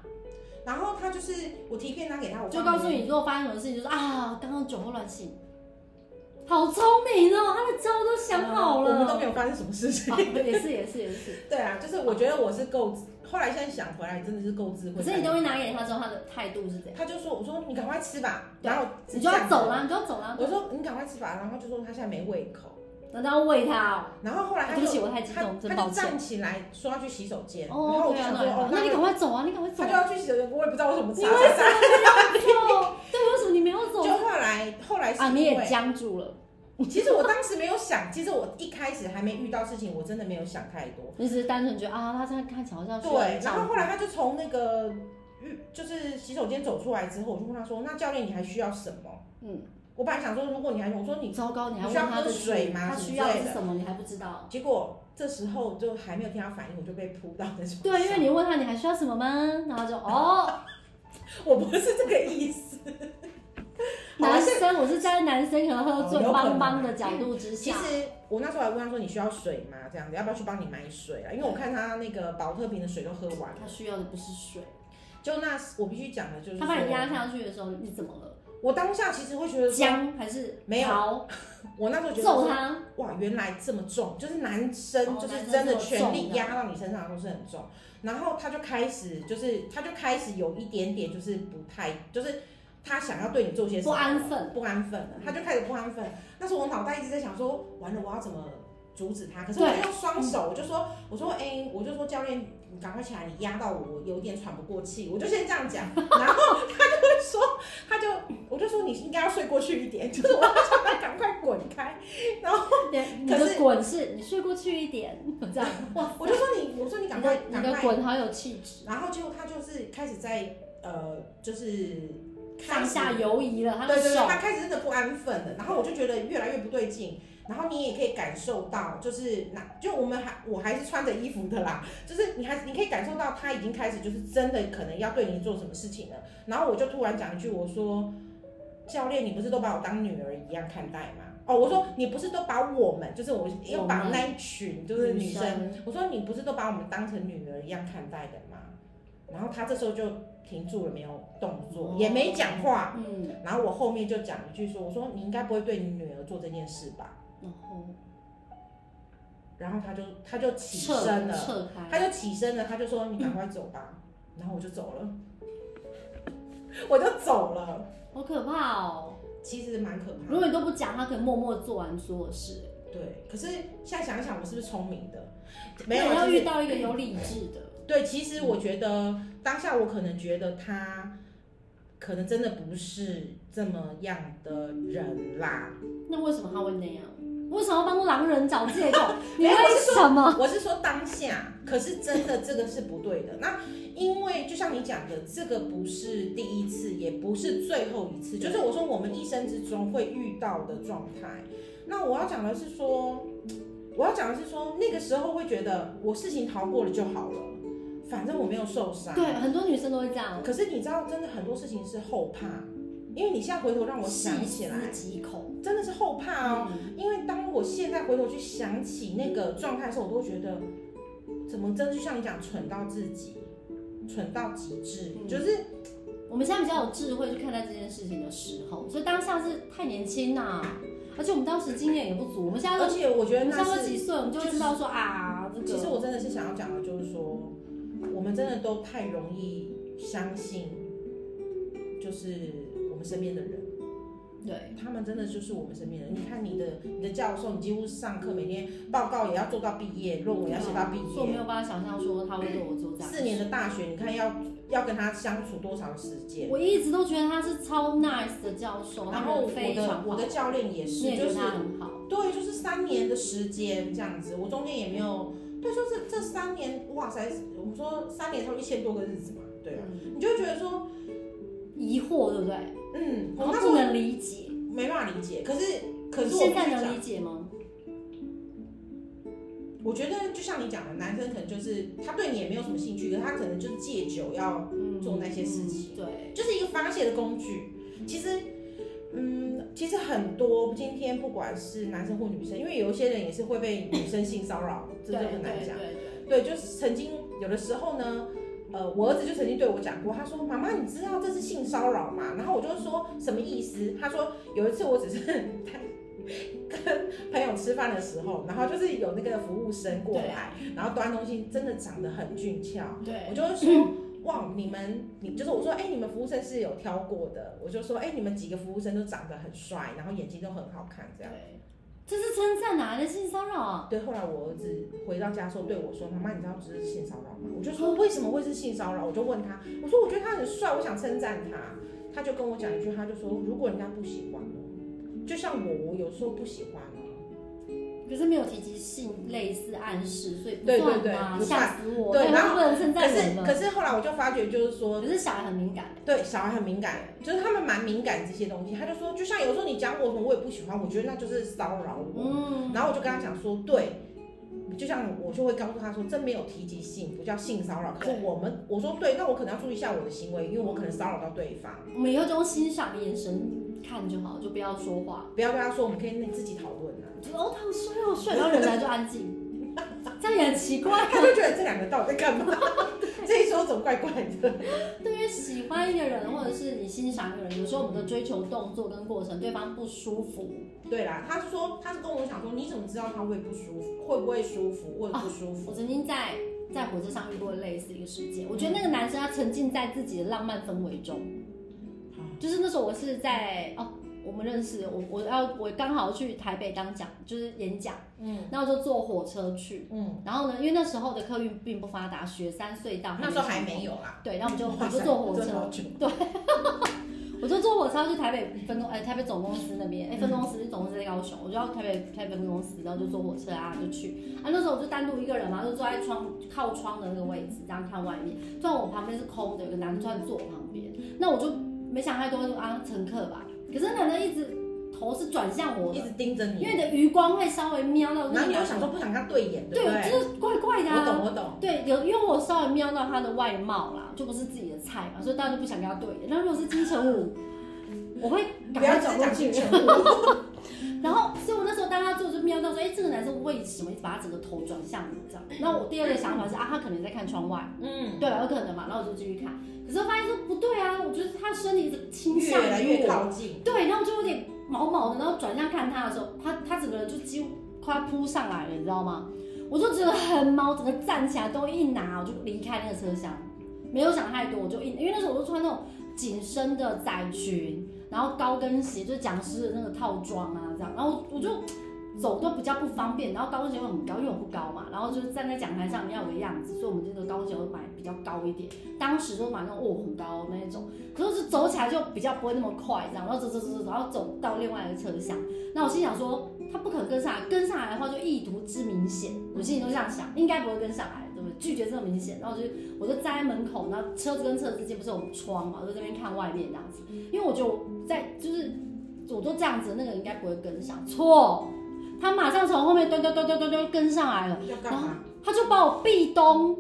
A: 然后他就是我提便当给他，我
B: 就
A: 放
B: 告诉
A: 进去
B: 你，如果发生什么事情，就说啊，刚刚酒后乱性。好聪明哦，他的招都想好
A: 我们都
B: 了。
A: 没有发生什么事情
B: 啊。也是也是也是，
A: 对啊，就是我觉得我是够，后来现在想回来真的是够智慧。
B: 可是你东西拿给他之后，他的态度是怎样？
A: 他就说：“我说你赶快吃吧。”
B: 对
A: 然后
B: 你就要走。啦，你就要走啦，
A: 我说：“嗯你赶快吃吧。”然后他就说他现在没胃口。
B: 难道要喂他哦？
A: 然后后来
B: 啊
A: 他
B: 对不
A: 就
B: 起，我太激
A: 他
B: 动，真
A: 他
B: 抱
A: 就
B: 歉。
A: 站起来说要去洗手间，然后
B: 哦，
A: 我
B: 对
A: 就
B: 啊，
A: 想说：“
B: 对啊
A: 哦，，
B: 那你
A: 就
B: 赶快走啊，你赶快走
A: 他就。要去洗手间，我也不知道为什么
B: 你
A: 傻
B: 为什
A: 傻
B: 么没有走？对，为什么你没有走
A: 傻。就？后来后来是
B: 啊，你
A: 因
B: 也
A: 为，
B: 僵住了，
A: 其实我当时没有想，其实我一开始还没遇到事情，我真的没有想太多。
B: 你只是单纯觉得啊，他现在看起来好像需要
A: 对，
B: 照
A: 然后
B: 顾
A: 后来他就从那个浴就是洗手间走出来之后，我就问他说：“那教练你还需要什么？”
B: 嗯，
A: 我本来想说，如果你还我说你，
B: 糟糕，你还问
A: 需要
B: 他的
A: 喝水吗
B: 他
A: 什么
B: 需要的
A: 之类
B: 是
A: 的
B: 什么，你还不知道。
A: 结果这时候就还没有听他反应，我就被扑到那种。
B: 对，因为你问他你还需要什么吗？然后就哦，
A: 我不是这个意思。好
B: 男
A: 了，
B: 生，我是站在男生可能喝醉
A: 哦有可
B: 邦
A: 能
B: 邦的角度之
A: 其
B: 下，
A: 实我那时候还问他说：“你需要水吗？这样子，要不要去帮你买水啊？”因为我看他那个保特瓶的水都喝完了。
B: 他需要的不是水，
A: 就那我必须讲的就是说，
B: 他把你压下去的时候，你怎么了？
A: 我当下其实会觉得说，
B: 僵还是
A: 没有
B: 逃
A: 我那时候觉得
B: 揍
A: 说
B: 他？
A: 哇，原来这么重，就是男生
B: 哦
A: 就是
B: 男生
A: 真的
B: 这么
A: 全力
B: 重
A: 压到你身上都是很重，然后他就开始就是他就开始有一点点就是不太就是他想要对你做些什
B: 不
A: 么
B: 安分
A: 不安分了，他就开始不安分。那时候我脑袋一直在想说，完了我要怎么阻止他？可是我
B: 对嗯
A: 就用双手，我就说我说哎、我就说教练，你赶快起来，你压到我，我有点喘不过气，我就先这样讲，然后他就会说，他就我就说你应该要睡过去一点，就是我要叫他赶快滚开。
B: 你你
A: 可
B: 的
A: 是
B: 滚是你睡过去一点，这样，
A: 我就说你，我说 你赶
B: 你
A: 快
B: 的，你
A: 赶
B: 的
A: 快。
B: 滚好有气质，
A: 然后结果他就是开始在呃，就是开
B: 上
A: 始
B: 下游移了他
A: 对
B: 的
A: 对对，
B: 手，
A: 他开始真的不安分了。然后我就觉得越来越不对劲。然后你也可以感受到，就是那就我们还我还是穿着衣服的啦，就是你还你可以感受到他已经开始就是真的可能要对你做什么事情了。然后我就突然讲一句，我说教练，你不是都把我当女儿一样看待吗？哦，我说你不是都把我们，就是我又把那一群就是女生我说你不是都把我们当成女儿一样看待的吗？然后他这时候就停住了，没有动
B: 哦
A: 作，也没讲话。
B: 嗯，
A: 然后我后面就讲一句说，我说你应该不会对你女儿做这件事吧？
B: 嗯然后
A: 然后他就他就起
B: 撤
A: 身了，
B: 撤开，
A: 他就起身了，他就说你赶快走吧。然后我就走了，我就走了，
B: 好可怕哦。
A: 其实蛮可怕的。
B: 如果你都不讲，他可以默默做完所有事。
A: 对，可是现在想一想，我是不是聪明的？没有，
B: 那
A: 就是
B: 你要遇到一个有理智的，
A: 对，其实我觉得当下我可能觉得他可能真的不是这么样的人啦。
B: 那为什么他会那样？为什么要帮狼人找 借口？你
A: 没
B: 为
A: 有我是
B: 什么？
A: 我是说当下，可是真的这个是不对的。那因为就像你讲的，这个不是第一次，也不是最后一次，就是我说我们一生之中会遇到的状态。那我要讲的是说，我要讲的是说，那个时候会觉得我事情逃过了就好了，反正我没有受伤。
B: 对，很多女生都会这样，
A: 可是你知道，真的很多事情是后怕，因为你现在回头让我想
B: 细
A: 起来，
B: 思极恐。
A: 真的是后怕哦。
B: 嗯
A: 因为当我现在回头去想起那个状态的时候，我都觉得怎么真的就像你讲，蠢到自己，蠢到极致，
B: 嗯
A: 就是
B: 我们现在比较有智慧去看待这件事情的时候，所以当下是太年轻啦、而且我们当时经验也不足。我们现在
A: 而
B: 都，
A: 且我觉
B: 我
A: 得
B: 们
A: 那
B: 现在都
A: 是，
B: 几岁，我们就嗯会知道说啊，这
A: 其实
B: 个
A: 我真的是想要讲的，就是说我们真的都太容易相信，就是我们身边的人。
B: 对，
A: 哎他们真的就是我们身边人。你看你的你的教授，你几乎上课每天报告也要做到毕业，论文要写到毕
B: 所以我没
A: 业。
B: 有办法想象说他会对我做这样。
A: 嗯四年的大学，你看要要跟他相处多长时间？
B: 我一直都觉得他是超 nice 的教授，
A: 然
B: 他
A: 后
B: 人
A: 我
B: 非
A: 的
B: 常
A: 我
B: 好，
A: 的教练也
B: 你也
A: 是，
B: 觉
A: 就
B: 得
A: 是
B: 他很好，
A: 对，就是三年的时间这样子，我中间也没有，对，说这这三年，哇塞，我们说三年差不多一千多个日子嘛，对啊，
B: 嗯
A: 你就会觉得说，
B: 疑惑对不对？
A: 嗯，我
B: 然后
A: 那时
B: 不
A: 候
B: 能理解，
A: 没办法理解，可是可
B: 你
A: 是我
B: 现
A: 必
B: 在
A: 须
B: 能
A: 讲
B: 理解吗？
A: 我觉得就像你讲的，男生可能就是他对你也没有什么兴趣，可是他可能就是戒酒要
B: 嗯，
A: 做那些事情
B: 嗯对，
A: 就是一个发泄的工具。其实，嗯，其实很多今天不管是男生或女生，因为有一些人也是会被女生性骚扰，这就
B: 对
A: 很难
B: 对
A: 讲。
B: 对对，
A: 对，就是曾经有的时候呢，呃，我儿子就曾经对我讲过，他说：“妈妈，你知道这是性骚扰吗？”然后我就说什么意思？他说有一次我只是 在跟朋友吃饭的时候，然后就是有那个服务生过来，然后端东西，真的长得很俊俏，我
B: 对，
A: 就会说。哇，你们，你就是我说，哎、你们服务生是有挑过的，我就说，哎、你们几个服务生都长得很帅，然后眼睛都很好看，这样。
B: 对，这是称赞哪来的性骚扰啊？
A: 对，后来我儿子回到家的时候对我说：“妈妈，你知道这是性骚扰吗？”我就
B: 哦
A: 说：“为什么会是性骚扰？”我就问他，我说：“我觉得他很帅，我想称赞他。”他就跟我讲一句，他就说：“如果人家不喜欢呢？就像我，我有时候不喜欢哦。
B: 可是没有提及性类似暗示，所以不
A: 对对
B: 算
A: 对
B: 啊，
A: 不
B: 吓
A: 算
B: 死我！
A: 对
B: 对，
A: 然
B: 他
A: 后
B: 不能称
A: 可
B: 赞人
A: 是
B: 了。
A: 可是后来我就发觉，就是说，
B: 可是小孩很敏感，
A: 对小孩很敏感，就是他们蛮敏感这些东西。他就说，就像有时候你讲我什么我也不喜欢，我觉得那就是骚扰我。
B: 嗯，
A: 然后我就跟他讲说，对，就像我就会告诉他说，这没有提及性，不叫性骚扰。可是我们我说对，那我可能要注意一下我的行为，因为我可能骚扰到对方。
B: 我们以后就用欣赏的眼神看就好，就不要说话。
A: 不要跟他说，我们可以自己讨论啊。
B: 就哦，他们睡哦睡，然后人来就安静， 这样也很奇怪。
A: 他就觉得这两个到底在干嘛？ 这一说怎么怪怪的？
B: 对于喜欢一个人，或者是你欣赏一个人，有时候我们的追求动作跟过程，对方不舒服，
A: 对啦，他说他是跟我讲说，你怎么知道他会不舒服，会不会舒服，会不舒服？
B: 我曾经在在火车上遇过类似一个事件，我觉得那个男生他沉浸在自己的浪漫氛围中，
A: 好
B: 就是那时候我是在哦，我们认识，我我要我刚好去台北当讲，就是演讲，
A: 嗯
B: 然后就坐火车去，
A: 嗯，
B: 然后呢，因为那时候的客运并不发达，雪山隧道
A: 那时候还没有啦。
B: 嗯对，然后我们就我
A: 哇
B: 就
A: 塞
B: 坐火
A: 真的好
B: 车，
A: 久
B: 我就坐火车要去台北分公，哎、台北总公司那
A: 嗯
B: 边，哎、分公司总公司在高雄，我就要台北台北分公司，然后就坐火车啊就去，啊那时候我就单独一个人嘛，就坐在窗靠窗的那个位置，这样看外面，突然我旁边是空的，有个男的突然坐我旁边，那我就没想太多，就啊乘客吧，可是那男的一直头是转向我
A: 一
B: 的，
A: 直盯着你
B: 因，为你的余光会稍微瞄
A: 然
B: 到那
A: 后
B: 个
A: 你又
B: 男
A: 想
B: 的，
A: 说不想跟他对眼，
B: 对，
A: 不
B: 我
A: 对？
B: 就是怪怪的、啊，
A: 我懂，我懂。
B: 对，有因为我稍微瞄到他的外貌啦，就不是自己的菜嘛，所以当然就不想跟他对眼。那如果是金城武，我会
A: 嗯不
B: 赶快
A: 要
B: 走
A: 只
B: 过
A: 讲
B: 去
A: 金。城 武。
B: 然后，所以我那时候当他做，我就瞄到说，哎、这个男生为什么一直把他整个头转向我这样？那我第二个想法是啊，他可能在看窗外，
A: 嗯。
B: 对啊吧？有可能嘛。然后我就继续看，可是我发现说不对啊，我觉得他身体一直倾向
A: 越来
B: 于
A: 越
B: 我，
A: 靠近，
B: 对，然后就有点毛毛的，然后转向看他的时候，他他整个人就几乎快要扑上来了，你知道吗？我就觉得很毛，整个站起来都一拿，我就离开那个车厢，没有想太多，我就一因为那时候我就穿那种紧身的窄裙，然后高跟鞋，就是讲师的那个套装啊，这样，然后我就。走都比较不方便，然后高跟鞋又很高，因为我不高嘛，然后就是站在讲台上要有个样子，所以我们这个高跟鞋我买比较高一点，当时就买那种哦很高那一种。可是走起来就比较不会那么快，这样，然后走走走走，然后走到另外一个车厢。那我心想说，他不可能跟上来，跟上来的话就意图之明显，我心里都这样想，应该不会跟上来，对不对？拒绝这么明显，然后我就我就站在门口，然后车子跟车子之间不是有窗嘛，我就在那边看外面这样子，因为我觉得我在就是我都这样子，那个人应该不会跟上，错，他马上从后面咚咚咚咚咚咚跟上来了。
A: 要干嘛？
B: 哦他就把我壁咚，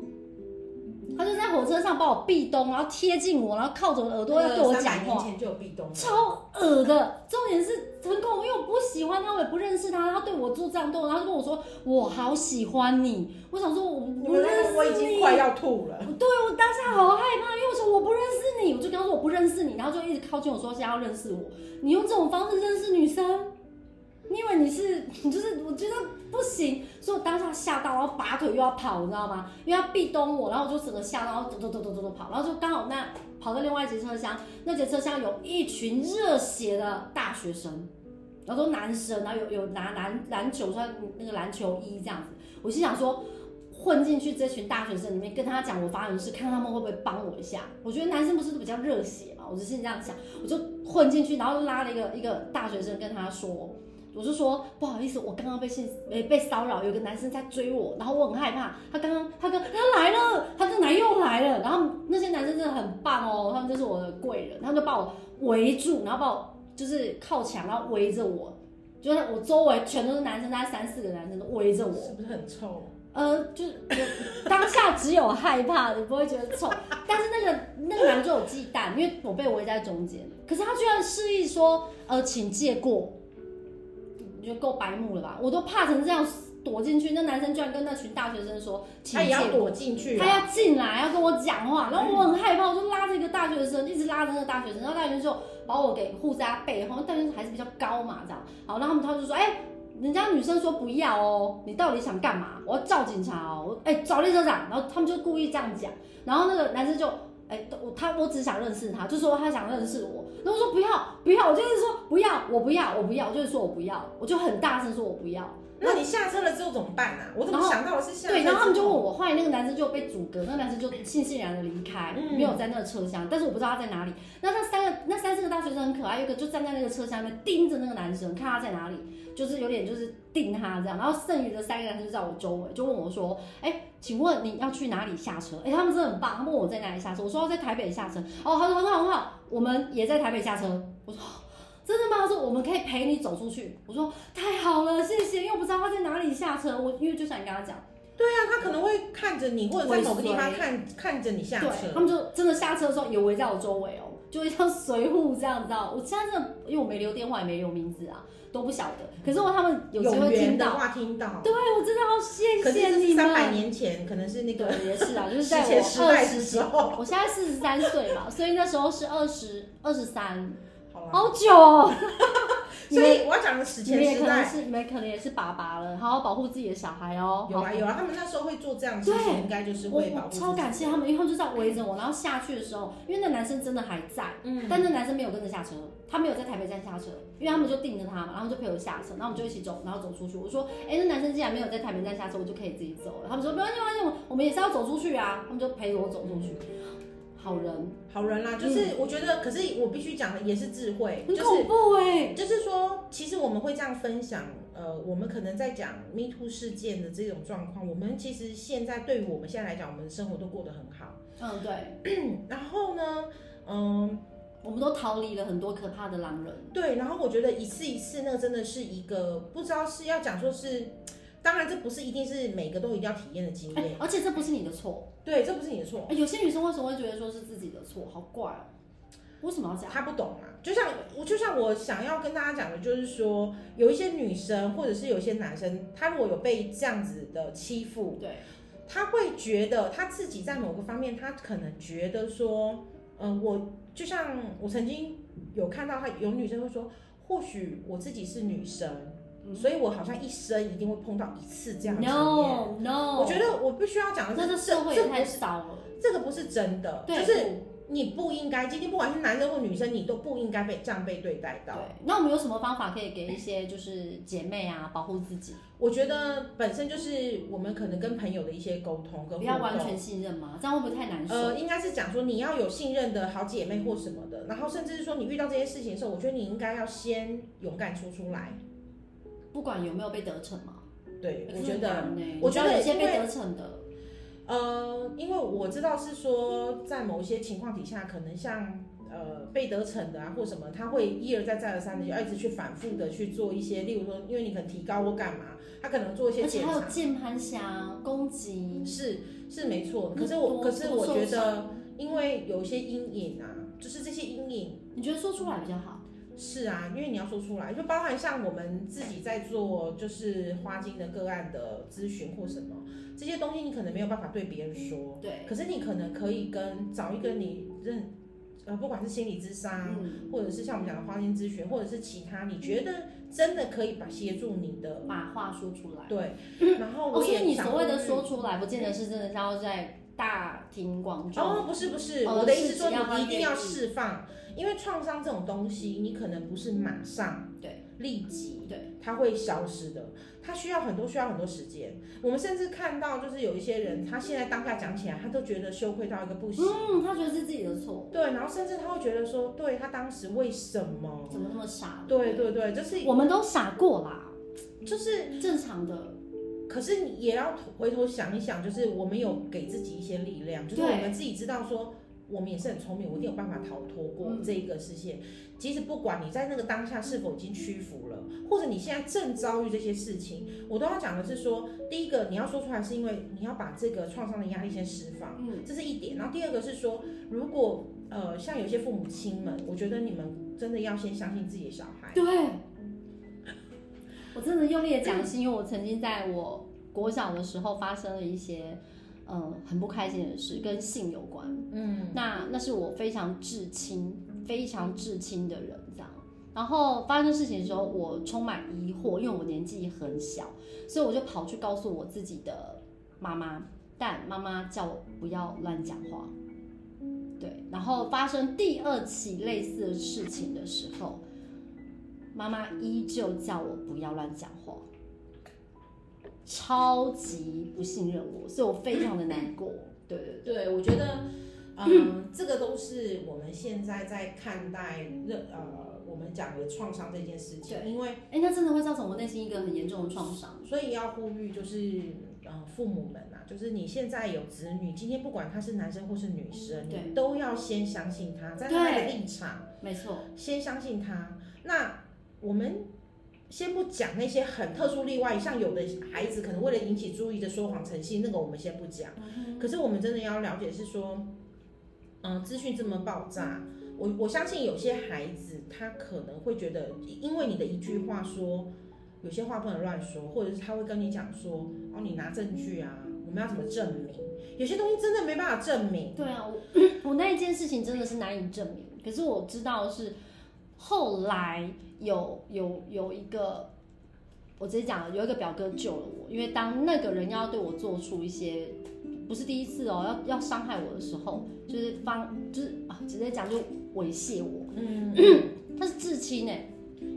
B: 他就在火车上把我壁咚，然后贴近我，然后靠着我的耳朵要对我讲
A: 300年
B: 话，
A: 前就有壁咚了，
B: 超恶的。重点是很恐怖，因为我不喜欢他，我也不认识他，他对我做这样动作，然后他就跟我说我好喜欢你，我想说我
A: 你
B: 不
A: 们
B: 认
A: 那
B: 识
A: 个
B: 你，
A: 我已经快要吐了。
B: 对我当下好害怕，因为我说我不认识你，我就跟他说我不认识你，然后就一直靠近我说现在要认识我，你用这种方式认识女生，你以为你是你就是我觉得不行，所以我当下吓到，然后拔腿又要跑，你知道吗？因为他壁咚我，然后我就整个吓到，然后走走走走走走跑，然后就刚好那跑到另外一节车厢，那节车厢有一群热血的大学生，然后都男生，然后有有拿篮篮球穿那个篮球衣这样子，我心想说。混进去这群大学生里面，跟他讲我发生的事，看他们会不会帮我一下。我觉得男生不是都比较热血嘛，我就心里这样想，我就混进去，然后拉了一个一个大学生跟他说，我就说不好意思，我刚刚被性呃被骚扰，有个男生在追我，然后我很害怕。他刚刚他跟他来了，他跟来又来了。然后那些男生真的很棒哦，他们就是我的贵人，他们就把我围住，然后把我就是靠墙，然后围着我，就是我周围全都是男生，大概三四个男生都围着我。
A: 是不是很臭？
B: 呃，就是我当下只有害怕，你不会觉得臭。但是那个那个男的就有忌惮，因为我被围在中间。可是他居然示意说，呃，请借过，你觉得够白目了吧？我都怕成这样躲进去，那男生居然跟那群大学生说，请
A: 他也
B: 借
A: 要
B: 过。
A: 躲进去
B: 他
A: 啊，
B: 要进来，要跟我讲话，然后我很害怕，我就拉着一个大学生，一直拉着那个大学生，然后大学生就把我给护在他背后，大学生还是比较高嘛，这样，好，然后他们他们就说，哎、人家女生说不要哦，你到底想干嘛？我要叫警察哦，我哎、找列车长，然后他们就故意这样讲，然后那个男生就。哎，我他我只想认识他，就说他想认识我，然后我说不要不要，我就是说不要，我不要我不要，我就是说我不要，我就很大声说我不要，
A: 那你下车了之后怎么办啊？我怎
B: 然
A: 么
B: 后
A: 想到我是下车之？
B: 对，然后他们就问我，后来那个男生就被阻隔，那个男生就悻悻然的离开，
A: 嗯
B: 没有在那个车厢，但是我不知道他在哪里。那那三个那三四个大学生很可爱，有一个就站在那个车厢里面盯着那个男生，看他在哪里，就是有点就是盯他这样。然后剩余的三个男生就在我周围，就问我说：“哎、请问你要去哪里下车？”哎、他们真的很棒，他们问我在哪里下车，我说要在台北下车。哦，他说很好很好，我们也在台北下车。我说。真的吗？他说我们可以陪你走出去。我说太好了，谢谢。因为我不知道他在哪里下车，我因为就像你刚刚讲。
A: 对啊，他可能会看着你，或者在某个地方看看着你下
B: 对，他
A: 车。
B: 们就真的下车的时候也围在我周围哦，就会像随扈这样子啊。我现在真的，因为我没留电话，也没留名字啊，都不晓得。可是我他们有机会
A: 缘
B: 听
A: 的
B: 到，
A: 话听到，
B: 对我真的好谢
A: 可是
B: 谢
A: 这
B: 你
A: 是三百
B: 们。
A: 年前，可能是那个
B: 对，也是啊，就是
A: 史
B: 在我
A: 前时
B: 二
A: 代的
B: 十，
A: 时候。
B: 我现在四十三岁嘛，所以那时候是二十二十三，
A: 好啦，
B: 好 久、哦。
A: 所以我要讲的史
B: 你们
A: 前
B: 也
A: 时
B: 可能
A: 代，
B: 是，你们可能也是爸爸了，好好保护自己的小孩哦。
A: 有
B: 好
A: 啊有啊，他们那时候会做这样的事
B: 对
A: 情，应该就是
B: 我
A: 会保护
B: 我
A: 自己。
B: 超感谢他们，因为他们就这样围着我，然后下去的时候，因为那男生真的还在，
A: 嗯
B: 但那男生没有跟着下车，他没有在台北站下车，因为他们就盯着他嘛，然后就陪我下车，然后我们就一起走，然后走出去。我说，哎、那男生既然没有在台北站下车，我就可以自己走了。他们说没关系，没关系，我我们也是要走出去啊，他们就陪我走出去。好人，
A: 好人啦，就是我觉得，可是我必须讲的也是智慧，
B: 嗯很
A: 就是
B: 恐怖哎、
A: 就是说，其实我们会这样分享，呃，我们可能在讲 Me Too 事件的这种状况，我们其实现在对于我们现在来讲，我们的生活都过得很好。
B: 嗯，对，
A: 然后呢，嗯，
B: 我们都逃离了很多可怕的狼人。
A: 对，然后我觉得一次一次，那真的是一个不知道是要讲说是，当然这不是一定是每个都一定要体验的经
B: 哎、
A: 验，
B: 而且这不是你的错、
A: 对，这不是你的错，
B: 哎有些女生为什么会觉得说是自己的错？好怪哦、为什么要这样？
A: 他不懂啊。就像我，就像我想要跟大家讲的，就是说，有一些女生或者是有一些男生，他如果有被这样子的欺负，
B: 对。
A: 他会觉得他自己在某个方面，他可能觉得说，嗯、我就像我曾经有看到他有女生会说，或许我自己是女生，
B: 嗯
A: 所以我好像一生一定会碰到一次这样的经验。
B: No No，
A: 我觉得我必须要讲的
B: 那
A: 是，
B: 这
A: 这
B: 社会
A: 这
B: 也
A: 不
B: 太
A: 是
B: 少了，
A: 这个不是真的，就
B: 对，
A: 是
B: 不
A: 你不应该今天不管是男生或女生，你都不应该被这样被对待
B: 对
A: 到。。
B: 那我们有什么方法可以给一些就是姐妹啊，保护自己，
A: 我觉得本身就是我们可能跟朋友的一些沟通跟
B: 不
A: 互
B: 要完
A: 动。
B: 全信任嘛？这样会不会太难受？
A: 呃，应该是讲说你要有信任的好姐妹或什么的，然后甚至是说你遇到这些事情的时候，我觉得你应该要先勇敢说出来。
B: 不管有没有被得逞嘛，
A: 对，我
B: 可是
A: 觉
B: 很
A: 得，
B: 难欸
A: 我
B: 你知
A: 觉
B: 道
A: 得
B: 有些
A: 因
B: 被
A: 为
B: 得逞的，
A: 呃，因为我知道是说在某一些情况底下，可能像呃被得逞的啊或什么，他会一而再再而三的要一直去反复的去做一些，例如说，因为你可能提高或干嘛，他可能做一些
B: 而且
A: 检
B: 还有
A: 查，
B: 键盘侠攻击，
A: 是是没错。可
B: 你
A: 是我，
B: 多
A: 可是
B: 嗯多
A: 我
B: 受
A: 觉得，
B: 伤
A: 因为有一些阴影啊，就是这些阴影。
B: 你觉得说出来比较好，
A: 是啊，因为你要说出来，就包含像我们自己在做就是花精的个案的咨询或什么这些嗯东西，你可能没有办法对别人说，
B: 对，
A: 可是你可能可以跟找一个你认呃，不管是心理咨商，
B: 嗯，
A: 或者是像我们讲的花心咨询，或者是其他，你觉得真的可以把协助你的，
B: 把话说出来。
A: 对，然后
B: 哦，
A: 我
B: 所以
A: 也
B: 你
A: 想
B: 所谓的
A: 问
B: 说出来，不见得是真的要在大庭广众。
A: 哦，不是不是，
B: 哦
A: 我的意思
B: 是
A: 说
B: 只要他
A: 你一定
B: 愿
A: 要
B: 意
A: 释放，因为创伤这种东西，你可能不是马上
B: 对
A: 立即
B: 对
A: 它会消失的，它需要很多需要很多时间。我们甚至看到就是有一些人，他现在当下讲起来，他都觉得羞愧到一个不行，
B: 嗯，他觉得是自己的错，
A: 对，然后甚至他会觉得说，对他当时为什么？
B: 怎么那么傻？
A: 对，对对，就是
B: 我们都傻过啦，
A: 就是，
B: 正常的。
A: 可是你也要回头想一想，就是我们有给自己一些力量，就是我
B: 对
A: 们自己知道说，我们也是很聪明，我一定有办法逃脱过
B: 嗯
A: 这一个事件。即使不管你在那个当下是否已经屈服了，或者你现在正遭遇这些事情，我都要讲的是说，第一个你要说出来，是因为你要把这个创伤的压力先释放。
B: 嗯，
A: 这是一点。然后第二个是说，如果呃像有些父母亲们，我觉得你们真的要先相信自己的小孩。
B: 对。 我真的用力的讲是因为我曾经在我国小的时候发生了一些，嗯，很不开心的事，跟性有关。
A: 嗯，
B: 那那是我非常至亲、非常至亲的人，这样。然后发生事情的时候，我充满疑惑，因为我年纪很小，所以我就跑去告诉我自己的妈妈，但妈妈叫我不要乱讲话。对，然后发生第二起类似的事情的时候，妈妈依旧叫我不要乱讲话，超级不信任我，所以我非常的难过。对对对。
A: 对，我觉得，嗯，这个都是我们现在在看待任呃我们讲的创伤这件事情，因为
B: 哎、那真的会造成我内心一个很严重的创伤。
A: 所以要呼吁就是。呃，父母们啊，就是你现在有子女，今天不管他是男生或是女生，
B: 对
A: 你都要先相信他，在他的
B: 对
A: 立场，
B: 没错，
A: 先相信他。那我们先不讲那些很特殊例外，像有的孩子可能为了引起注意的说谎成性，那个我们先不讲。可是我们真的要了解是说，嗯、资讯这么爆炸，我我相信有些孩子他可能会觉得，因为你的一句话说。有些话不能乱说，或者是他会跟你讲说，哦，你拿证据啊，我们要怎么证明？有些东西真的没办法证明。
B: 对啊，我我 那一件事情真的是难以证明。可是我知道的是后来有有有一个，我直接讲了，有一个表哥救了我，因为当那个人要对我做出一些不是第一次哦，要要伤害我的时候，就是方就是啊，直接讲就猥亵我，
A: 嗯，
B: 他是至亲哎、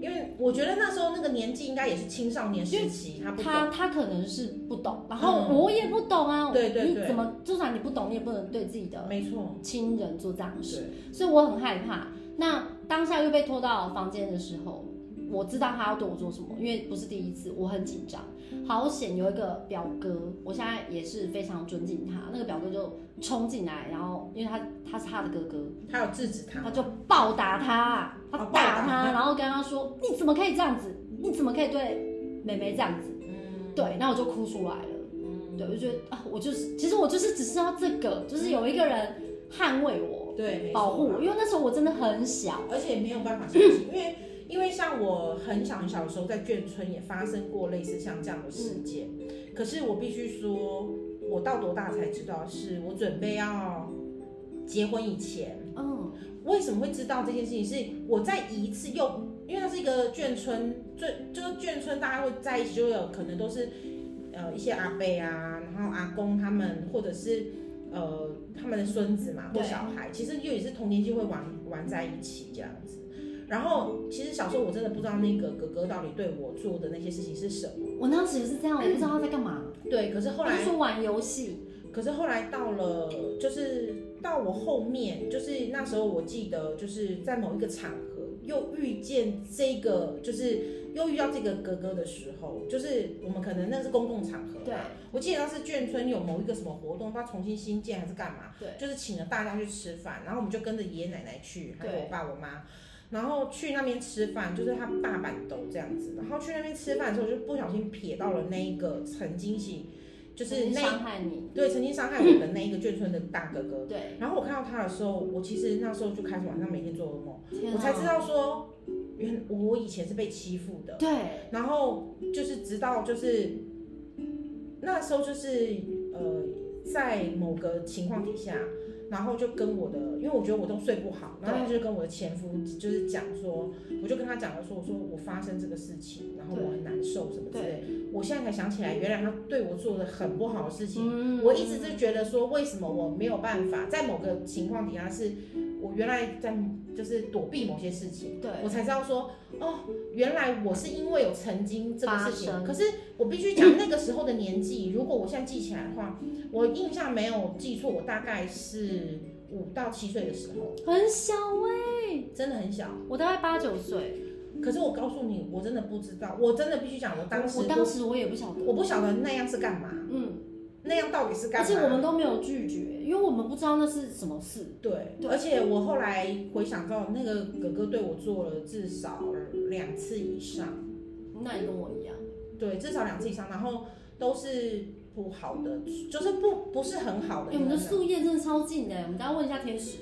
A: 因为我觉得那时候那个年纪应该也是青少年时期，他不懂。
B: 他他可能是不懂，然后
A: 嗯
B: 我也不懂啊，
A: 对对对
B: 你怎么就算你不懂，你也不能对自己的
A: 没错，
B: 亲人做这样的事，
A: 是，
B: 所以我很害怕。那当下又被拖到房间的时候，我知道他要对我做什么，因为不是第一次，我很紧张。好险有一个表哥，我现在也是非常尊敬他。那个表哥就冲进来，然后因为他他是他的哥哥，
A: 他有制止他
B: 他，就暴打他，啊他
A: 哦暴打
B: 打
A: 他
B: 他，然后跟他说：“你怎么可以这样子？你怎么可以对妹妹这样子？”
A: 嗯，
B: 对，那我就哭出来了。
A: 嗯
B: 对，我就觉得啊，我就是，其实我就是只是要这个，就是有一个人捍卫我、
A: 对，没错
B: 保护我，因为那时候我真的很小。
A: 而且没有办法相信，因为因为像我很小很小的时候，在眷村也发生过类似像这样的事件，可是我必须说，我到多大才知道，是我准备要结婚以前，
B: 嗯，
A: 为什么会知道这件事情？是我在一次又，因为它是一个眷村，最就是眷村，大家会在一起，就有可能都是呃一些阿伯啊，然后阿公他们，或者是呃他们的孙子嘛或
B: 对
A: 小孩，其实又也是童年就会玩玩在一起这样子。然后其实小时候我真的不知道那个哥哥到底对我做的那些事情是什么，
B: 我当时也是这样，我不知道他在干嘛。
A: 对，可是嗯后
B: 他
A: 来
B: 就说玩游戏，
A: 可是后来到了，就是到我后面，就是那时候我记得，就是在某一个场合又遇见这个，就是又遇到这个哥哥的时候，就是我们可能那是公共场合，
B: 对，
A: 我记得当时眷村有某一个什么活动，他重新新建还是干嘛，
B: 对，
A: 就是请了大家去吃饭，然后我们就跟着爷爷奶奶去，还有
B: 对
A: 我爸我妈。然后去那边吃饭，就是他大板斗这样子。然后去那边吃饭的时候，就不小心瞥到了那一个曾经是，就是那
B: 伤害你，
A: 对，曾经伤害我的那一个眷村的大哥哥。
B: 对，
A: 然后我看到他的时候，我其实那时候就开始晚上每天做噩梦，
B: 天
A: 哦
B: 啊
A: 我才知，道说，原我以前是被欺负的。
B: 对，
A: 然后就是直到就是那时候就是呃，在某个情况底下，然后就跟我的，因为我觉得我都睡不好，然后他就跟我的前夫就是讲说，我就跟他讲了说，我说我发生这个事情，然后我很难受什么之类。我现在才想起来，原来他对我做的很不好的事情。
B: 嗯
A: 我一直是觉得说，为什么我没有办法在某个情况底下，是我原来在就是躲避某些事情，
B: 对
A: 我才知道说，哦，原来我是因为有曾经这个事
B: 发
A: 情。
B: 生
A: 可是我必须讲，那个时候的年纪，如果我现在记起来的话，我印象没有记错，我大概是五到七岁的时候，
B: 很小哎、
A: 真的很小。
B: 我大概八九岁，
A: 可是我告诉你，我真的不知道，我真的必须讲，我当时
B: 我当时我也不晓得，
A: 我不晓得那样是干嘛，
B: 嗯，
A: 那样到底是干
B: 而
A: 嘛。
B: 且我们都没有拒绝，因为我们不知道那是什么事，
A: 对，
B: 对
A: 而且我后来回想到，那个哥哥对我做了至少两次以上，
B: 那你跟我一样，
A: 对，至少两次以上，然后都是不好的，就是不不是很好的。
B: 哎、我们的素叶真的超近的、我们等下问一下天 使，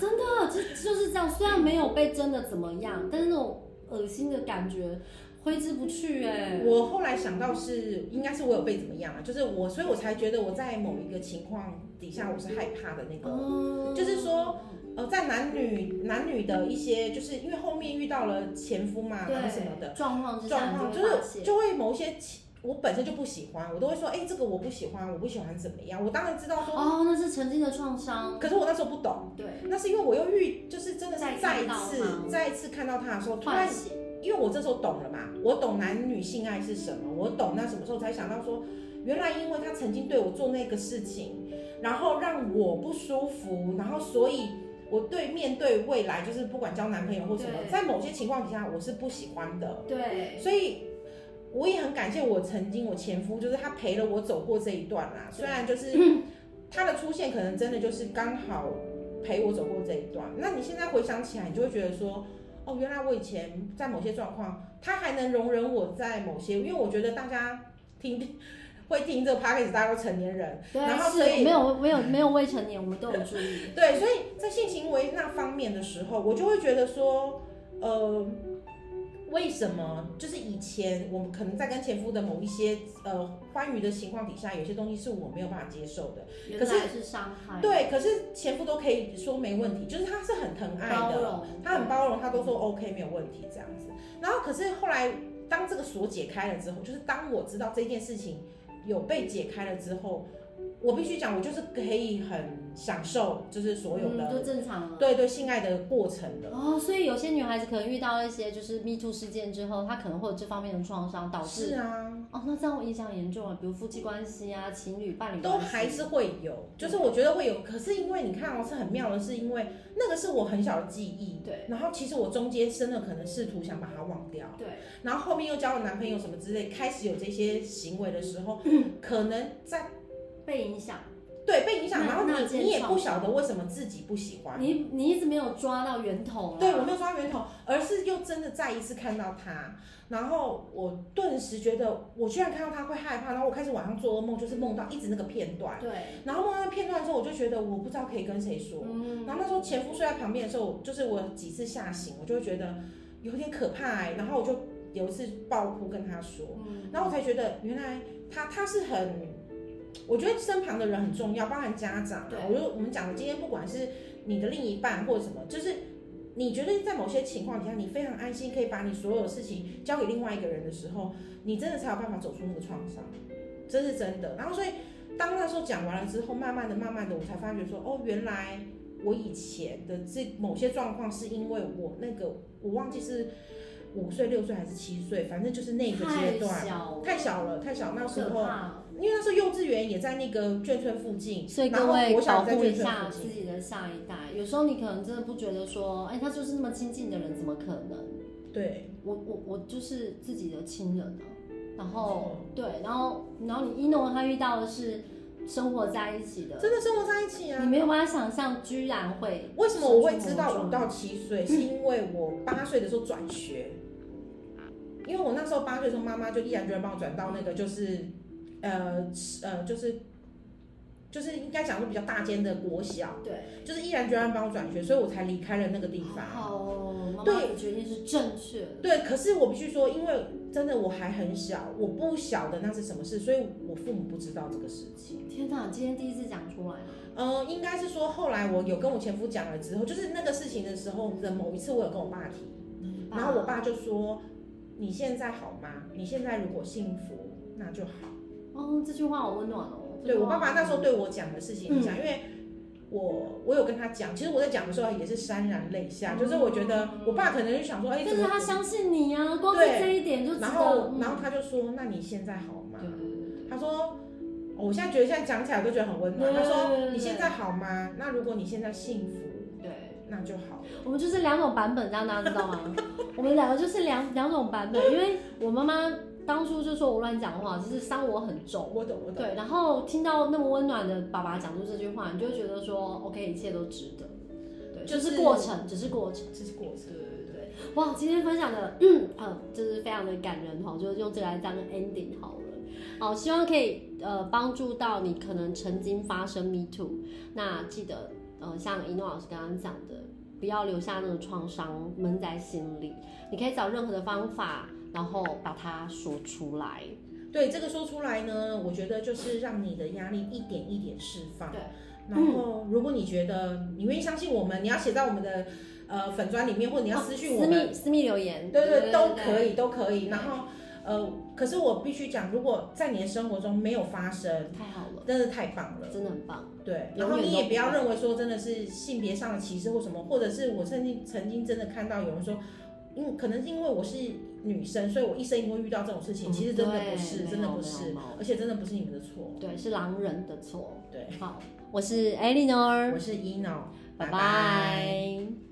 B: 真的就就是这样，虽然没有被真的怎么样，但是那种恶心的感觉挥之不去哎、
A: 我后来想到是，应该是我有被怎么样啊？就是我，所以我才觉得我在某一个情况底下我是害怕的那个。
B: 嗯
A: 就是说，呃，在男女男女的一些，就是因为后面遇到了前夫嘛，
B: 啊
A: 然后什么的，
B: 对状况之
A: 状
B: 下，
A: 况，
B: 你
A: 就
B: 就会发
A: 是
B: 现，
A: 就会某些情我本身就不喜欢，我都会说，哎、这个我不喜欢，我不喜欢怎么样？我当然知道说，
B: 哦，那是曾经的创伤，
A: 可是我那时候不懂，
B: 对，
A: 那是因为我又遇，就是真的是
B: 再
A: 再
B: 看到
A: 次
B: 他
A: 再一次看到他的时候，突然
B: 唤，醒，
A: 因为我这时候懂了嘛，我懂男女性爱是什么，我懂那什么时候才想到说，原来因为他曾经对我做那个事情，然后让我不舒服，然后所以。我对面对未来，就是不管交男朋友或什么，
B: 对
A: 在某些情况底下，我是不喜欢的。
B: 对，
A: 所以我也很感谢我曾经我前夫，就是他陪了我走过这一段啦。
B: 对
A: 虽然就是 他的出现，可能真的就是刚好陪我走过这一段。那你现在回想起来，你就会觉得说。哦，原来我以前在某些状况，他还能容忍我在某些，因为我觉得大家听会听这个 p o d c a s 大家都成年人，
B: 对，
A: 然后所以
B: 是没有没有没有未成年，我们都有注意，
A: 对，所以在性行为那方面的时候，我就会觉得说，呃，为什么就是以前我们可能在跟前夫的某一些呃欢愉的情况底下，有些东西是我没有办法接受的。
B: 原
A: 可是
B: 来是伤害，
A: 对，可是前夫都可以说没问题，就是他是很疼爱
B: 包
A: 的，
B: 容，
A: 他很包容，他都说 OK 没有问题这样子。然后可是后来当这个锁解开了之后，就是当我知道这件事情有被解开了之后。我必须讲，我就是可以很享受，就是所有的
B: 嗯、就正常了。
A: 对对性爱的过程了。
B: 哦，所以有些女孩子可能遇到一些就是 Me Too 事件之后，她可能会有这方面的创伤，导致
A: 是啊，
B: 哦，那这样影响很严重啊，比如夫妻关系啊、情侣、伴侣
A: 都
B: 关系
A: 还是会有，
B: 嗯
A: 就是我觉得会有。可是因为你看哦，是很妙的，是因为那个是我很小的记忆。
B: 对
A: 然后其实我中间真的可能试图想把它忘掉，
B: 对
A: 然后后面又交了男朋友什么之类，开始有这些行为的时 候，可能在
B: 被影响，
A: 对被影响，
B: 那
A: 然后
B: 那
A: 你
B: 件
A: 你也
B: 创
A: 不晓得为什么自己不喜欢，
B: 你你一直没有抓到源头啦啊
A: 对我没有抓源头，而是又真的再一次看到他，然后我顿时觉得我居然看到他会害怕，然后我开始晚上做噩梦，就是梦到一直那个片段，
B: 对，
A: 然后梦到那片段之后，我就觉得我不知道可以跟谁说。
B: 嗯，
A: 然后那时候前夫睡在旁边的时候，就是我几次吓醒，我就会觉得有点可怕、欸，然后我就有一次爆哭跟他说，
B: 嗯
A: 然后我才觉得原来他他是很，我觉得身旁的人很重要，包含家长啊。
B: 对
A: 我就我们讲的今天不管是你的另一半或者什么，就是你觉得在某些情况底下，你非常安心，可以把你所有事情交给另外一个人的时候，你真的才有办法走出那个创伤，这是真的。然后所以当那时候讲完了之后，慢慢的、慢慢的，我才发觉说，哦，原来。我以前的这某些状况，是因为我那个我忘记是五岁、六岁还是七岁，反正就是那个阶段，
B: 太小了
A: 太小了，太小。那时
B: 可
A: 候，
B: 怕，哦
A: 因为那时候幼稚园也在那个眷村附近，
B: 所
A: 嗯
B: 以
A: 然
B: 各
A: 后
B: 位
A: 国
B: 保
A: 小在
B: 护
A: 眷
B: 一
A: 村
B: 下
A: 附
B: 自
A: 近。
B: 己的下一代。有时候你可能真的不觉得说，哎、他就是那么亲近的人，怎么可能？
A: 对，
B: 我我我就是自己的亲人啊，然后
A: 嗯
B: 对，然后然后你一诺他遇到的是生活在一起的，
A: 真的生活在一起
B: 你
A: 啊。
B: 没有办法想象，居然会
A: 为什么我会知
B: 生出
A: 道
B: 魔
A: 五
B: 状
A: 到七岁？是因为我八岁的时候转学，因为我那时候八岁的时候，妈妈就毅然决然帮我转到那个就是，呃呃，就是就是应该讲说比较大间的国小，
B: 对，
A: 就是毅然决然帮我转学，所以我才离开了那个地方。
B: 哦，妈妈
A: 对
B: 的决定是正确的，
A: 对，可是我必须说，因为真的我还很小，我不晓得那是什么事，所以我父母不知道这个事情。
B: 天哪，今天第一次讲出来了，
A: 呃，应该是说后来我有跟我前夫讲了之后，就是那个事情的时候的某一次，我有跟我爸提，
B: 嗯
A: 然后我爸就说：“你现在好吗？你现在如果幸福，那就好。
B: 哦，这句话好温暖哦。
A: 对我爸爸那时候对我讲的事情
B: 嗯
A: 很像，因为我我有跟他讲，其实我在讲的时候也是潸然泪下，就是我觉得我爸可能就想说，哎、
B: 哦
A: 怎
B: 但是
A: 么
B: 他相信你啊，光是
A: 对
B: 这一点就值得。
A: 然后
B: 嗯
A: 然后他就说，那你现在好吗
B: 对？对
A: 他说。哦我现在觉得现在讲起来我都觉得很温暖。
B: 对
A: 他
B: 对对
A: 说
B: 对
A: 你现在好吗？那如果你现在幸福，
B: 对对，
A: 那就好了。
B: 我们就是两种版本，这样大家知道吗？ 我们两个就是两两种版本，因为我妈妈当初就说我乱讲话，就是伤我很重。
A: 我懂，我懂。
B: 对，然后听到那么温暖的爸爸讲出这句话，你就会觉得说，OK，一切都值得。对，
A: 就
B: 就是是过程，只是过程。
A: 这是过程。
B: 对对对，哇，今天分享的，嗯，呃，就是非常的感人哈，就是用这个来当 ending 好了。好，希望可以呃帮助到你，可能曾经发生 me too，那记得呃像一诺老师刚刚讲的，不要留下那个创伤闷在心里，你可以找任何的方法，然后把它说出来。
A: 对这个说出来呢，我觉得就是让你的压力一点一点释放。
B: 对。
A: 然后，如果你觉得你愿意相信我们，你要写在我们的呃粉砖里面，或者你要私信我
B: 哦私
A: 们，
B: 密私密留言，
A: 哦对对，都可
B: 以。
A: 以，都可以。
B: 对
A: 然后，呃，可是我必须讲，如果在你的生活中没有发生，
B: 太好了，
A: 真的太棒了。
B: 真的很棒。
A: 对，
B: 永远
A: 然后你也
B: 都
A: 不要认为说真的是性别上的歧视或什么，或者是我曾经曾经真的看到有人说，因可能是因为我是女生，所以我一生一定会遇到这种事情，
B: 嗯
A: 其实真的
B: 对
A: 不是，
B: 没
A: 真的
B: 有
A: 不
B: 没有
A: 是
B: 没有，
A: 而且真的不是你们的错。
B: 对，是狼人的错。
A: 对，
B: 好，我是 Eleanor，
A: 我是 Eno，
B: 拜
A: 拜拜
B: 拜